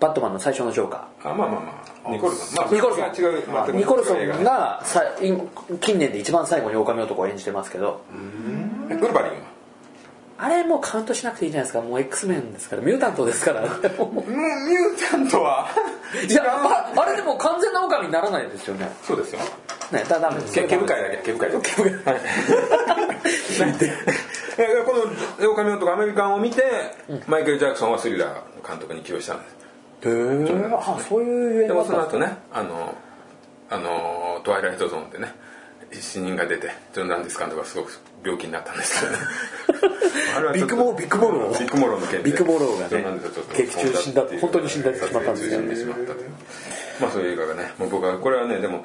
S3: バットマンの最初のジョーカ
S2: あまあまあまあニコルソンまあ
S3: ーニコルソ
S2: それは違う全く
S3: ンニコルソ
S2: 違う映画
S3: ン
S2: ね
S3: がさい近年で一番最後に狼男を演じてますけど
S2: えウルバリンは
S3: あれもうカウントしなくていいじゃないですかもう X メンですからミュータントです からい
S2: もうミュータント は
S3: やああれでも完全な狼にならないですよね
S2: そうですよ
S3: ねだダメです
S2: け毛深いだけ毛深いだけ毛深い この「オオカミ男アメリカン」を見てマイケル・ジャクソンはスリラーの監督に起用したんです
S3: へえあそういう
S2: で
S3: 映画だ
S2: も
S3: っ
S2: そ
S3: た
S2: の後
S3: んですか
S2: ねあのあの「トワイライトゾーン」でね死人が出てジョン・ランディス監督がすごく病気になったんですよ ねあれはちょっと
S3: ビッグモービッグモロー
S2: ビッグモローの件で
S3: ビッグモローがね
S2: ジョンランディスはちょっと
S3: 劇中死んだって本当に死んだってしまったんですよ
S2: 撮影中に死んでしまったというまあそういう映画がねもう僕はこれはねでも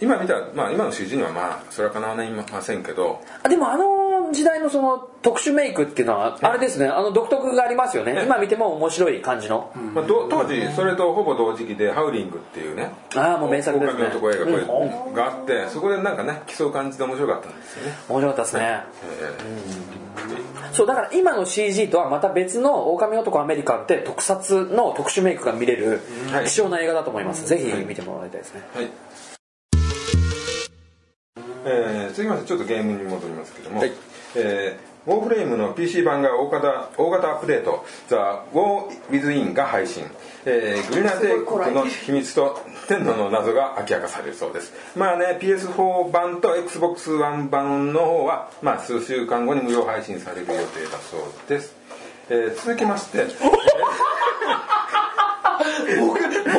S2: 今見たら、まあ、今の主人にはまあそれはかなわないませんけど
S3: あでもあの時代のその特殊メイクっていうのはあれですねあの独特がありますよね今見ても面白い感じの
S2: まあ、ど当時それとほぼ同時期で「ハウリング」っていうね
S3: ああもう名作ですね
S2: 狼男映画これがあってそこでなんかね競う感じで面白かったんですよね、
S3: 面白かったですね
S2: え
S3: そうだから今の CG とはまた別の「狼男アメリカン」って特撮の特殊メイクが見れる
S2: はい
S3: 貴重な映画だと思いますぜひ見てもらいたいですね
S2: ーはいえー続きましてちょっとゲームに戻りますけども、
S3: はい
S2: えーウォーフレームの PC 版が大型大型アップデート「ザ・ウォー・ウィズ・イン」が配信、えーグリナ帝国の秘密と天皇の謎が明らかされるそうですまあね PS4 版と XBOX1 版の方は、まあ、数週間後に無料配信される予定だそうです、えー続きまして
S3: 僕僕で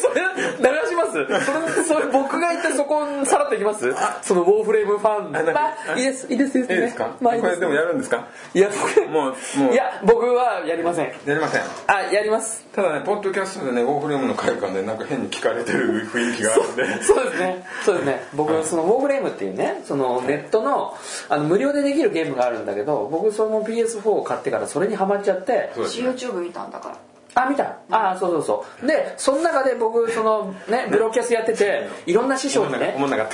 S3: それ流しますそれそれ僕が言ってそこさらっていきますそのウォーフレームファン
S2: なんか
S3: まあいいですいいですいい
S2: いいで
S3: ですす
S2: か
S3: ね、
S2: こ
S3: まあいいで
S2: れ
S3: す
S2: でもやるんですか
S3: いや僕
S2: もうもう
S3: いや僕はやりません
S2: やりません
S3: あやります
S2: ただねポッドキャストでねウォーフレームの回がねなんか変に聞かれてる雰囲気があるんで
S3: そうですねそうですね僕そのウォーフレームっていうねそのネットのあの無料でできるゲームがあるんだけど僕その PS4 を買ってからそれにハマっちゃって
S2: そうですね
S4: YouTube 見たんだから
S3: あ見たああそうそうそうでその中で僕そのねブローキャスやって ていろんな師匠
S2: 思ん
S3: に
S2: な
S3: ね
S2: 思んなかっ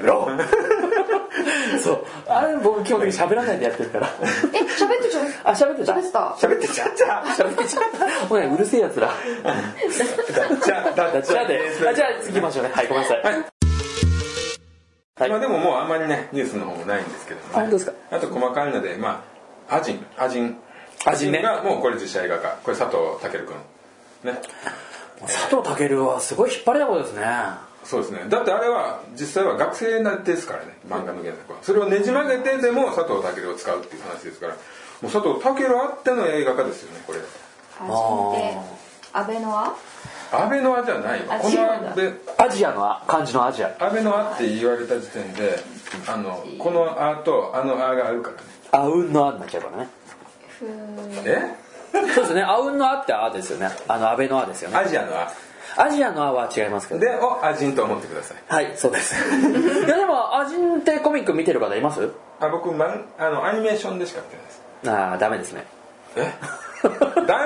S2: た
S3: ロ そうあれ僕基本的に喋らないでやってるから
S4: え喋ってちょ
S3: あ喋ってた
S4: 喋ってた
S3: 喋ってちゃった喋ってちゃったおいうるせえやつら
S2: じゃあだ
S3: じゃあであじゃあ次行きましょうねはいごめんなさい、
S2: はい
S3: はい
S2: まあでももうあんまりねニュースの方もないんですけども、ね、
S3: あ本当ですか
S2: あと細かいのでまあアジンアジン
S3: アジンね
S2: がもうこれ実写映画化これ佐藤健君ね
S3: 佐藤健はすごい引っ張りだこですね
S2: そうですねだってあれは実際は学生なんですからね漫画の原作はそれをねじ曲げてでも佐藤健を使うっていう話ですからもう佐藤健あっての映画化ですよねこれ
S4: 初めて阿部のア
S2: 安倍のあじゃないよ
S4: あ
S2: こ
S4: 違
S2: の
S4: うんだ
S2: 安倍
S3: アジアのあ感じのアジア
S2: 安倍のあって言われた時点であのこのあとあのあがあるからね
S3: あうんのあになっちゃうからね
S4: ふー
S2: え
S3: そうですねあうんのあってあですよねあの安倍のあですよね
S2: アジアのあ
S3: アジアのあは違いますけど
S2: でをアジンと思ってください
S3: はいそうですいやでもアジンってコミック見てる方います
S2: あ僕マンあのアニメーションでしか見てないです
S3: ああダメですね
S2: え ダ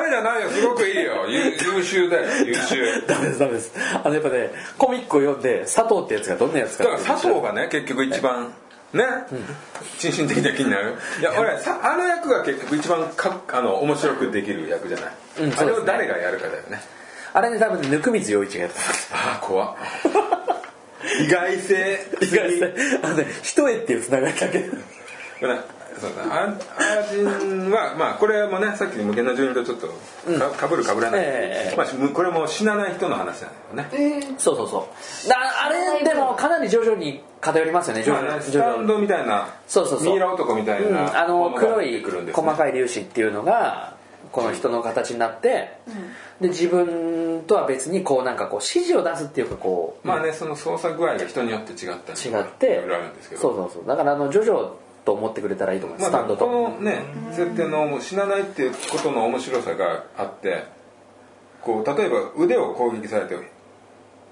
S2: メじゃないよすごくいいよ優優秀だよ優 秀
S3: ダメですダメですあのやっぱねコミックを読んで佐藤ってやつがどんなやつか
S2: だから佐藤がね結局一番ね、心身的な気になるいや俺さあの役が結局一番かあの面白くできる役じゃない、
S3: うん
S2: あ
S3: そう
S2: れ
S3: で
S2: を
S3: すね
S2: 誰がやるかだよね
S3: あれね多分温水洋一がやってた
S2: ああ怖っ 意外性
S3: 意外にあのね一重っていうつながりだけ
S2: ほらそうだアアジンはまあこれもねさっきの無限の順位とちょっとかかぶるかぶらない、
S3: ええ
S2: まあし、これも死なない人の話なんだよね
S3: そうそうそうだあれでもかなり徐々に偏りますよね徐
S2: ま
S3: 々
S2: あ
S3: に
S2: ス
S3: 徐
S2: タ
S3: 々
S2: ン
S3: に
S2: ドみたいな
S3: そうそうそう
S2: ミイラ男みたいな、
S3: うん、あの
S2: もが
S3: 黒
S2: 出
S3: い
S2: てくるんですね
S3: 細かい粒子っていうのがこの人の形になって、で自分とは別にこうなんかこう指示を出すっていうかこう
S2: まあねその操作具合が人によって違ったり
S3: 違って、
S2: いろいろあるんですけど
S3: そうそうそうだからあの徐々と思ってくれたらいいと思います、
S2: まあ
S3: スタンド
S2: ことのね設定の死なないっていうことの面白さがあってこう例えば腕を攻撃されて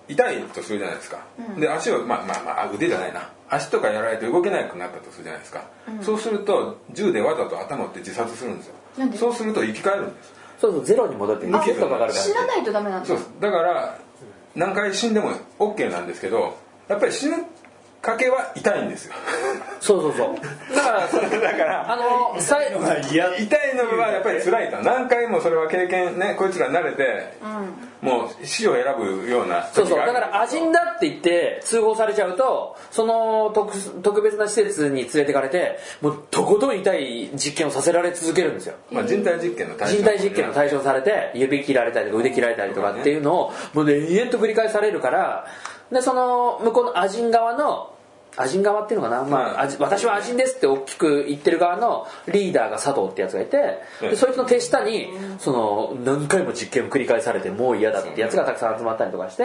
S2: 痛いとするじゃないですか、で足をまあまあまああ腕じゃないな足とかやられて動けなくなったとするじゃないですか、そうすると銃でわざと頭を打って自殺するんですよ
S4: なんで
S2: そうすると生き返るんです
S3: そうそうゼロに戻って
S2: 無
S3: リ
S2: 傷
S3: セットかかるから
S4: 知らないとダメなんだ
S2: そうですだから何回死んでも OK なんですけどやっぱり死ぬかけは痛いんですよ
S3: そうそうそうだからそう
S2: だから
S3: あのさい
S5: まあいや
S2: 痛いのはやっぱり辛いと何回もそれは経験ねこいつら慣れて、もう死を選ぶような
S3: そう
S2: 時
S3: そう
S2: があ
S3: だ
S2: る
S3: から「アジンだ」って言って通報されちゃうとその特特別な施設に連れてかれてもうとことん痛い実験をさせられ続けるんですよ
S2: まあ、人体実験の対象
S3: 人体実験の対象されて指切られたりとか腕切られたりとかっていうのをもうね延々と繰り返されるからでその向こうのアジン側のアジン側っていうのかな、ま
S2: うん
S3: あ、アジ私はアジンですって大きく言ってる側のリーダーが佐藤ってやつがいて
S2: うん
S3: でそいつの手下にその何回も実験を繰り返されてもう嫌だってやつがたくさん集まったりとかして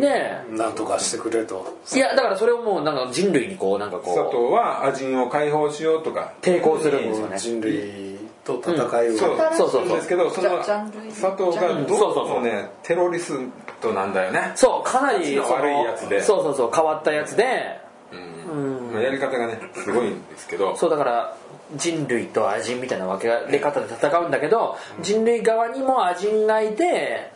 S3: で
S5: なんとかしてくれと
S3: いやだからそれをもうなんか人類にこうなんか
S2: 佐
S3: こう
S2: 藤はアジンを解放しようとか
S3: 抵抗するんですよね
S5: 人類と戦い
S2: そう
S5: を
S3: そうそうそう
S2: ですけどその
S4: ジャンル
S2: 佐藤が
S3: うんそう
S2: ど
S3: そうう
S2: も
S3: そう
S2: ねテロリストなんだよね
S3: そうかなり
S2: 立ちの
S3: その
S2: 悪いやつで
S3: そうそうそう変わったやつで
S2: まあやり方がねすごいんですけど
S3: そうだから人類とアジンみたいな分けられ方で戦うんだけど、人類側にもアジンがいて、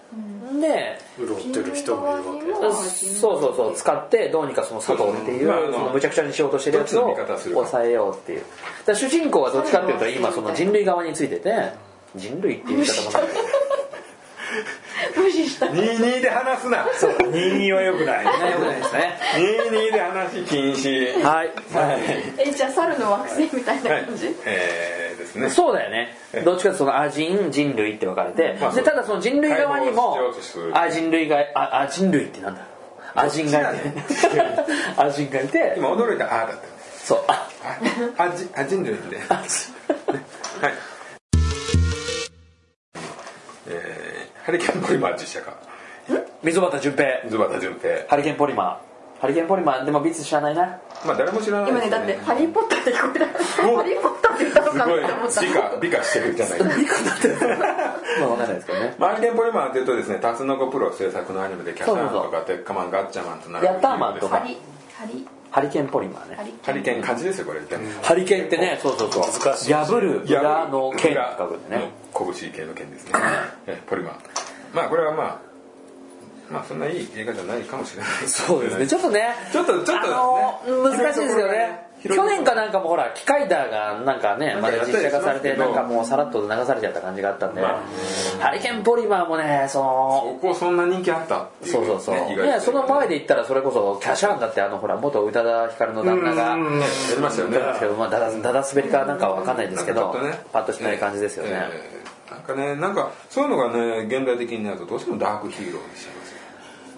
S3: で
S5: 潤ってる人もいるわけ
S4: 人
S3: そう
S4: 類側にも
S3: そうそう使ってどうにかその佐藤ってい
S2: そうですね
S3: う
S2: まああの
S3: そのむちゃくちゃにしようとしてるやつ
S2: どっ
S3: を
S2: ちの味方するか
S3: 抑えようっていうだから主人公はどっちかっていうと今その人類側についてて人類っていう言い方もない
S4: 無視 した
S2: 22で話すな
S5: 人間は良くない
S3: ねよくないですね
S2: 22で話禁止
S3: はい、
S4: えじゃあ猿の惑星みたい
S2: はい
S4: な感じ、
S2: えーですね
S3: そうだよねどっちかっていうとそのアジン人類って分かれて、
S2: まあそう
S3: でただその人類側に
S2: 解放
S3: も
S2: しようとする
S3: ア人類があア人類ってなんだアジンがいて アジンがいて
S2: 今驚いたああだった
S3: そうあ
S2: ああじあ人類 って
S3: アジ
S2: はい。えーハリケーンポリマー実写化
S3: 溝端淳平
S2: ズバタ純平
S3: ハリケーンポリマーハリケーンポリマーでもビーツ知らないな
S2: まあ誰も知らない
S4: 今
S2: です
S4: ね
S2: よ
S4: だって「ハリー・ポッター」って聞こえたハリー・ポッター」って言ったの
S2: す
S4: か
S2: ごい
S4: なと思った
S2: 美化美化してるじゃないか
S3: まあ分かんないですけどね
S2: まあハリケーンポリマーっていうとですねタツノコプロ制作のアニメでキャシャーンとかテッカマンガッチャマンとなる
S3: ヤッターマンと
S4: ハ
S3: か
S4: リハリ
S3: ハリケーンポリマーね
S4: ハリ
S2: ハリケーン漢字ですよこれって
S3: ハリケーンってねそうそうそう
S5: 難しい
S3: 破る裏の剣って
S2: 裏
S3: 書くんでね
S2: うん拳系の剣ですねえポリマーまあこれはまあまあそんないい映画じゃないかもしれない
S3: そうですねちょっとね
S2: ちょっとちょっと
S3: あの
S2: ね
S3: 難しいですよね
S2: 広いところがね広いところ
S3: 去年かなんかもほら機械だがなんかねまだ実写化されて
S2: な
S3: なんん
S2: か
S3: か
S2: も
S3: もうさらっと流されちゃった感じがあったんで、
S2: ま
S3: ハリケーンポリマーもねその
S2: ここそんな人気あったってい
S3: そうそうそう、
S2: ね意外と
S3: ね、その前で言ったらそれこそキャシャーンだってあのほら元宇多田ヒカルの旦那が
S5: うん
S2: やりましたよね
S3: ですけど、まあ、だだだだ滑りかなんかは分かんないですけ
S2: なん
S3: ど
S2: かちょっとね
S3: パッとしない感じですよね、
S2: えーなんかねなんかそういうのがね現代的になるとどうしてもダークヒーローにしちゃいますよ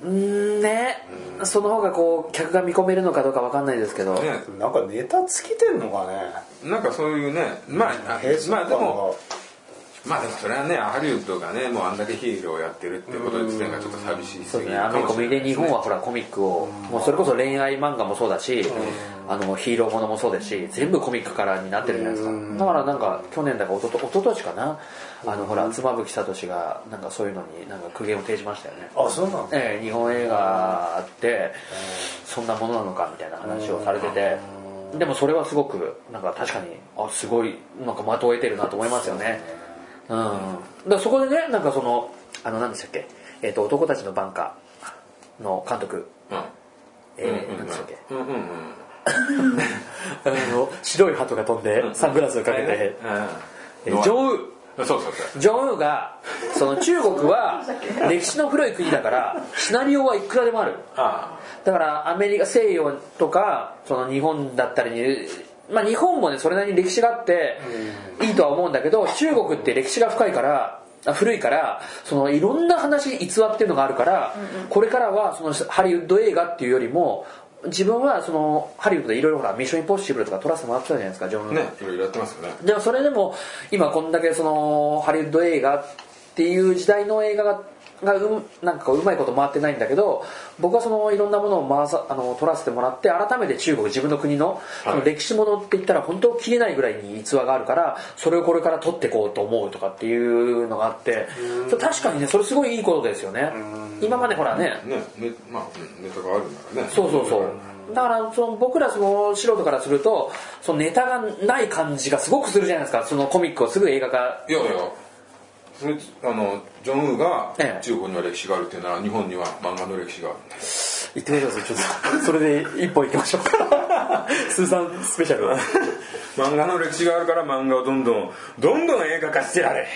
S3: うーんね、その方がこう客が見込めるのかどうかわかんないですけど、
S2: ね
S5: なんかネタ尽きてんのかね
S2: なんかそういうねまああ
S5: 閉塞
S2: まあ
S5: 感
S2: で
S5: が
S2: もまあでもそれはねハリウッドがねもうあんだけヒーローやってるってこと自体がちょっと寂しい
S3: そうですね、ア
S2: か
S3: メ
S2: も
S3: コ
S2: しれ
S3: ミ
S2: ない
S3: で日本はほらコミックを、もうそれこそ恋愛漫画もそうだし、あのヒーローものもそうですし全部コミックからになってるじゃないですか、
S5: うん
S3: だからなんか去年だかおとと一昨年かなあのほら妻夫木聡がなんかそういうのになんか苦言を呈しましたよね、
S5: あそうなんだ
S3: ええ日本映画ってそんなものなのかみたいな話をされててでもそれはすごくなんか確かにあすごいなんか的を得てるなと思いますよねうん、だからそこでねなんかそのあの何でしたっけ、えー、と男たちのバンカーの監督えー何でしたっけ
S2: うんうんうんうんうん
S3: あの白い鳩が飛んでサングラスをかけて、え
S2: うん
S3: ージョンウー
S2: そうそうそう
S3: ジョンウーがその中国 は歴史の古い国だからシナリオはいくらでもある
S2: あ
S3: だからアメリカ西洋とかその日本だったりに、まあ、日本もねそれなりに歴史があっていいとは思うんだけど中国って歴史が深いからあ古いからそのいろんな話逸話っていうのがあるからこれからはそのハリウッド映画っていうよりも自分はそのハリウッドでいろいろほら「ミッション・インポッシブル」とか撮らせてもらってたじゃないですかジョン・ウ
S2: あ
S3: ン
S2: ねいろいろやってますよね
S3: でもそれでも今こんだけそのハリウッド映画っていう時代の映画ががうんなんかこううまいこと回ってないんだけど僕はそのいろんなものを回さあの撮らせてもらって改めて中国自分の国のその歴史ものって言ったら本当切れないぐらいに逸話があるからそれをこれから撮っていこうと思うとかっていうのがあってそれ確かにねそれすごいいいことですよね今までほらね
S2: ねねまあうんネタがあるんだからね
S3: そうそうそうだからその僕らその素人からするとそのネタがない感じがすごくするじゃないですかそのコミックをすぐ映画化
S2: いやいやそれあのジョン・ウーが
S3: ええ
S2: 中国には歴史があるっていうなら日本には漫画の歴史があるんだ
S3: 行ってみてくださいちょっと それで一本いきま しょうかスーさんスペシャル
S2: 漫画の歴史があるから漫画をどんどんどんどん映画化してやれ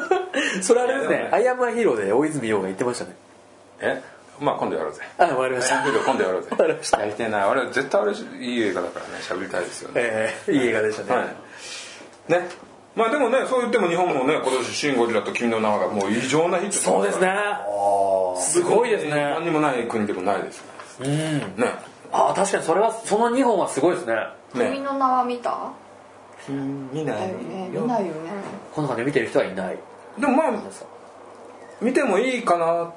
S3: それあれです
S2: いやで
S3: ね
S2: も
S3: 「アイアムアヒーロー」で大泉洋が言ってましたね
S2: えまあ今度やろうぜ
S3: あわかりました
S2: 今度今度やろうぜ
S3: わかりました
S2: やりてえなあれ絶対あれいい映画だからね喋りたいですよね
S3: ええいい映画でしたね、
S2: はいねまあでもねそう言っても日本もね今年「シン・ゴジラ」と「君の名は」がもう異常なヒット
S3: そうですねすごいですね
S2: 何にもない国でもないですうんね
S3: ああ確かにそれはその2本はすごいですね
S4: 君
S2: ね
S4: の名は見た
S2: 見な
S4: だよね見ないよね
S3: この中で見てる人はいない
S2: でもまあ見てもいいかなっ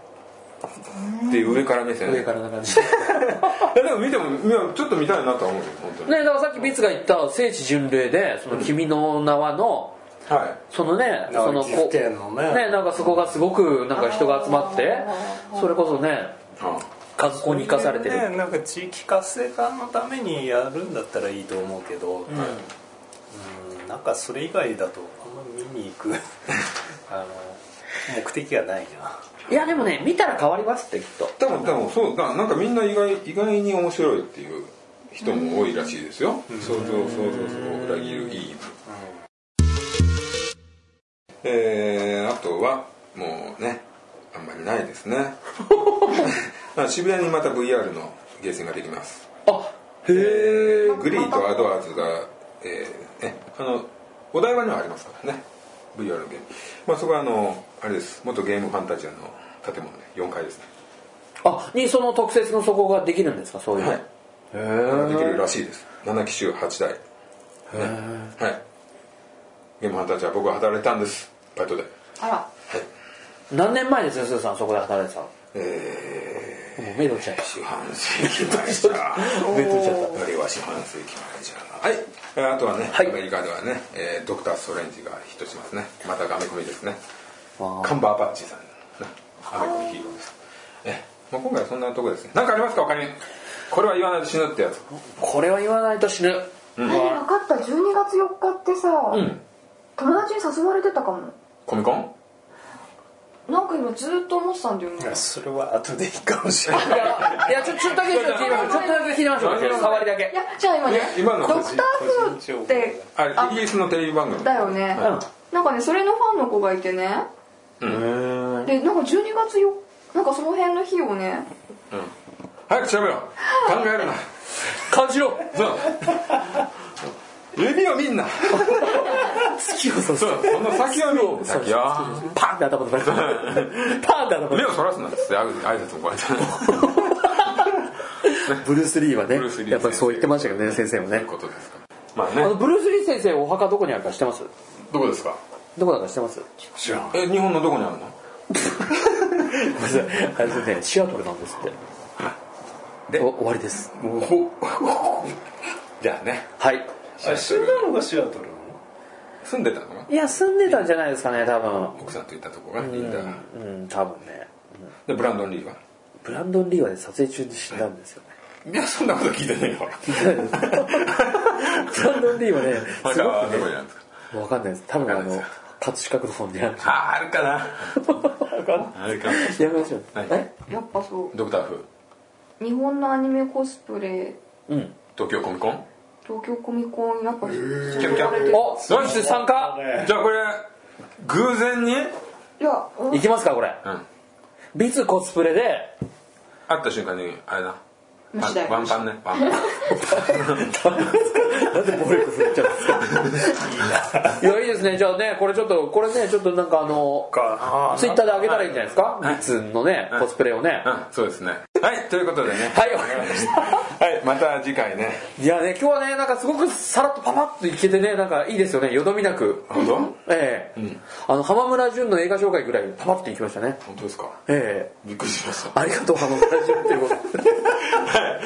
S2: ていう上から目線
S3: 上からな感じでね
S2: いやでも見てもいやちょっと見たいなとは思うよ本当に、
S3: だからさっきビッツが言った「聖地巡礼」で「その君の名は」の「
S2: は
S3: そのね
S5: なんか
S3: その
S5: 岐阜県の
S3: ね
S5: ね
S3: なんかそこがすごくなんか人が集まってそれこそね
S2: い、は
S3: 観光に生かされてる
S5: ねなんか地域活性化のためにやるんだったらいいと思うけど、うんなんかそれ以外だとあんま見に行く あの目的がないない
S3: やでもね見たら変わりますってきっと
S2: 多分多分そうだなんかみんな意外意外に面白いっていう人も多いらしいですよ想像想像する裏切るいい意味、えー、あとはもうねあんまりないですねあ渋谷にまた VR のゲーセンができます
S3: あへえ
S2: グリーとアドアーズが、えーね、あのお台場にはありますからね VR のゲーム、まあ、そこはあのあれです元ゲームファンタジアの建物で4階ですね
S3: あにその特設の底ができるんですかそういうの
S2: はいできるらしいです7機種8台、ねはいゲームハンターじゃ僕は働いてたんですバイトで
S4: あら
S3: 何年前ですよスーさんそこで働いてたの
S2: え
S3: もう目取っちゃいま
S2: ー、四半世紀前 じゃ
S3: 目取っちゃっ
S2: あれは四半世紀前じゃはいえーあとはね、
S3: はい
S2: アメリカではね、えードクター・ストレンジがヒットしますねまたガメコミですね
S3: たわあ
S2: カンバーバッチさんねアメコミヒーローですえーまあ、今回はそんなとこですね何かありますか他にこれは言わないと死ぬってやつ
S3: これは言わないと死ぬ
S4: え分かった12月4日ってさ
S2: うん
S4: 友達に誘われてたかも
S2: コミコン
S4: なんか今ずっと思ってたんだよね
S5: やそれは後でいいかもしれない
S3: いやちょちょっとだけちょっと聞いてみましょうちょっとだけ聞いてみましょう触りだ
S4: い
S3: け
S4: やじゃあ今ね
S2: いや今の
S4: ドクターフーって
S2: あイギリスのテレビ番組
S4: だよね
S3: うん
S4: なんかねそれのファンの子がいてね でなんか12月よなんかその辺の日をね
S2: 早く調べろ考えるな
S3: 感じろ
S2: そう指を見んな
S3: 月をさす
S2: そうその先を見んな先を
S3: パンって頭叩かれてパンって頭叩かれて
S2: 目をそらすなっつって挨拶もこうやって
S6: ブルース・リーはね
S2: ブルースリー
S6: やっぱりそう言ってましたけどね先生も
S2: そうい
S6: ね
S2: うことですかまあ
S3: あの
S2: ね
S3: ブルース・リー先生お墓どこにあるか知ってます
S2: どこですか
S3: どこだか知って ます
S6: 知らん
S2: え日本のどこにあるの
S6: あれですねシアトルなんですって
S2: で
S6: お終わりです
S2: じゃあね
S6: はい
S5: あ死んだのがシアトルなの
S2: 住んでたのかない
S3: や住んでたんじゃないですかね多分
S2: 奥さんといたとこがいいんだ
S3: うん、うん、多分ね
S2: でブランドン・リーは
S3: ブランドン・リーはね撮影中に死んだんですよね
S2: いやそんなこと聞いてない よ
S6: ブランドン・リーはね
S2: は
S6: す
S2: る
S6: ご
S2: かはどこにあるんですか
S6: くわかんないです多分あの葛飾区の方にある
S2: あーあるかなあるかも
S6: やめましょう
S2: はい
S6: え
S4: やっぱそ
S2: ドクター・フ
S4: う日本のアニメコスプレ
S6: うん
S2: ー東京コミコン
S4: 東京コミコンやっぱ
S2: キャンキャン
S3: おそして参加
S2: じゃあこれ偶然に
S4: いやうん
S3: いきますかこれ
S2: うん
S3: ビツコスプレで
S2: 会った瞬間にあれだ
S4: 虫だよ
S2: ワンパンねワンパン
S6: なんで暴力振っちゃうんですか
S3: いやいいですねじゃあねこれちょっとこれねちょっとなんかあのツイッターで上げたらいいんじゃないですかビツのねコスプレをね
S2: うんそうですねはいということでね
S3: はいわかりました
S2: はいまた次回ね
S3: いやね今日はねなんかすごくさらっとパパッといけてねなんかいいですよねよどみなく
S2: 本当本
S3: ええあの浜村淳の映画紹介ぐらいパパッといきましたね
S2: 当ですか
S3: ええ
S2: びっくりしました
S3: ありがとう浜村淳っていうことで
S2: はい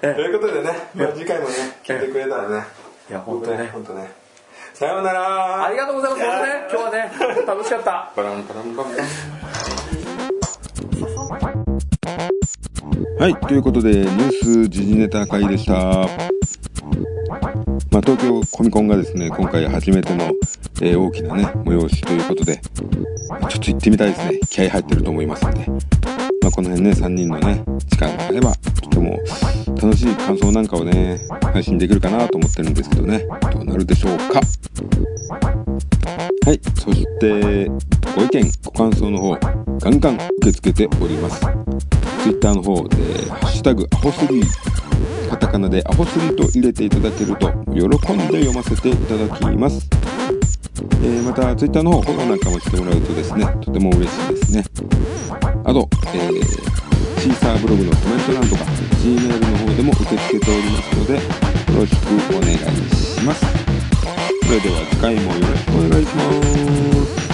S2: ということでね、まあ、次回もね聞いてくれたらね
S6: いや本当にね
S2: 本当ねさような
S3: あ
S2: ら
S3: りがとうございます本当ね今日はね楽しかった
S2: バランバランバラン
S1: はい、ということで、ニュース時事ネタ会でした。まあ、東京コミコンがですね、今回初めての、えー大きなね、催しということで、まあちょっと行ってみたいですね。気合入ってると思いますんで。まあ、この辺ね、3人のね、時間があれば、とても楽しい感想なんかをね、配信できるかなと思ってるんですけどね、どうなるでしょうか。はい、そして、ご意見、ご感想の方、ガンガン受け付けております。ツイッターの方で、ハッシュタグ、アホスリー、カタカナでアホスリーと入れていただけると、喜んで読ませていただきます。えーまた、ツイッターの方、フォローなんかもしてもらうとですね、とても嬉しいですね。あと、えー、シーサーブログのコメント欄とか、Gmail の方でも受け付けておりますので、よろしくお願いします。それでは次回もよろしくお願いします。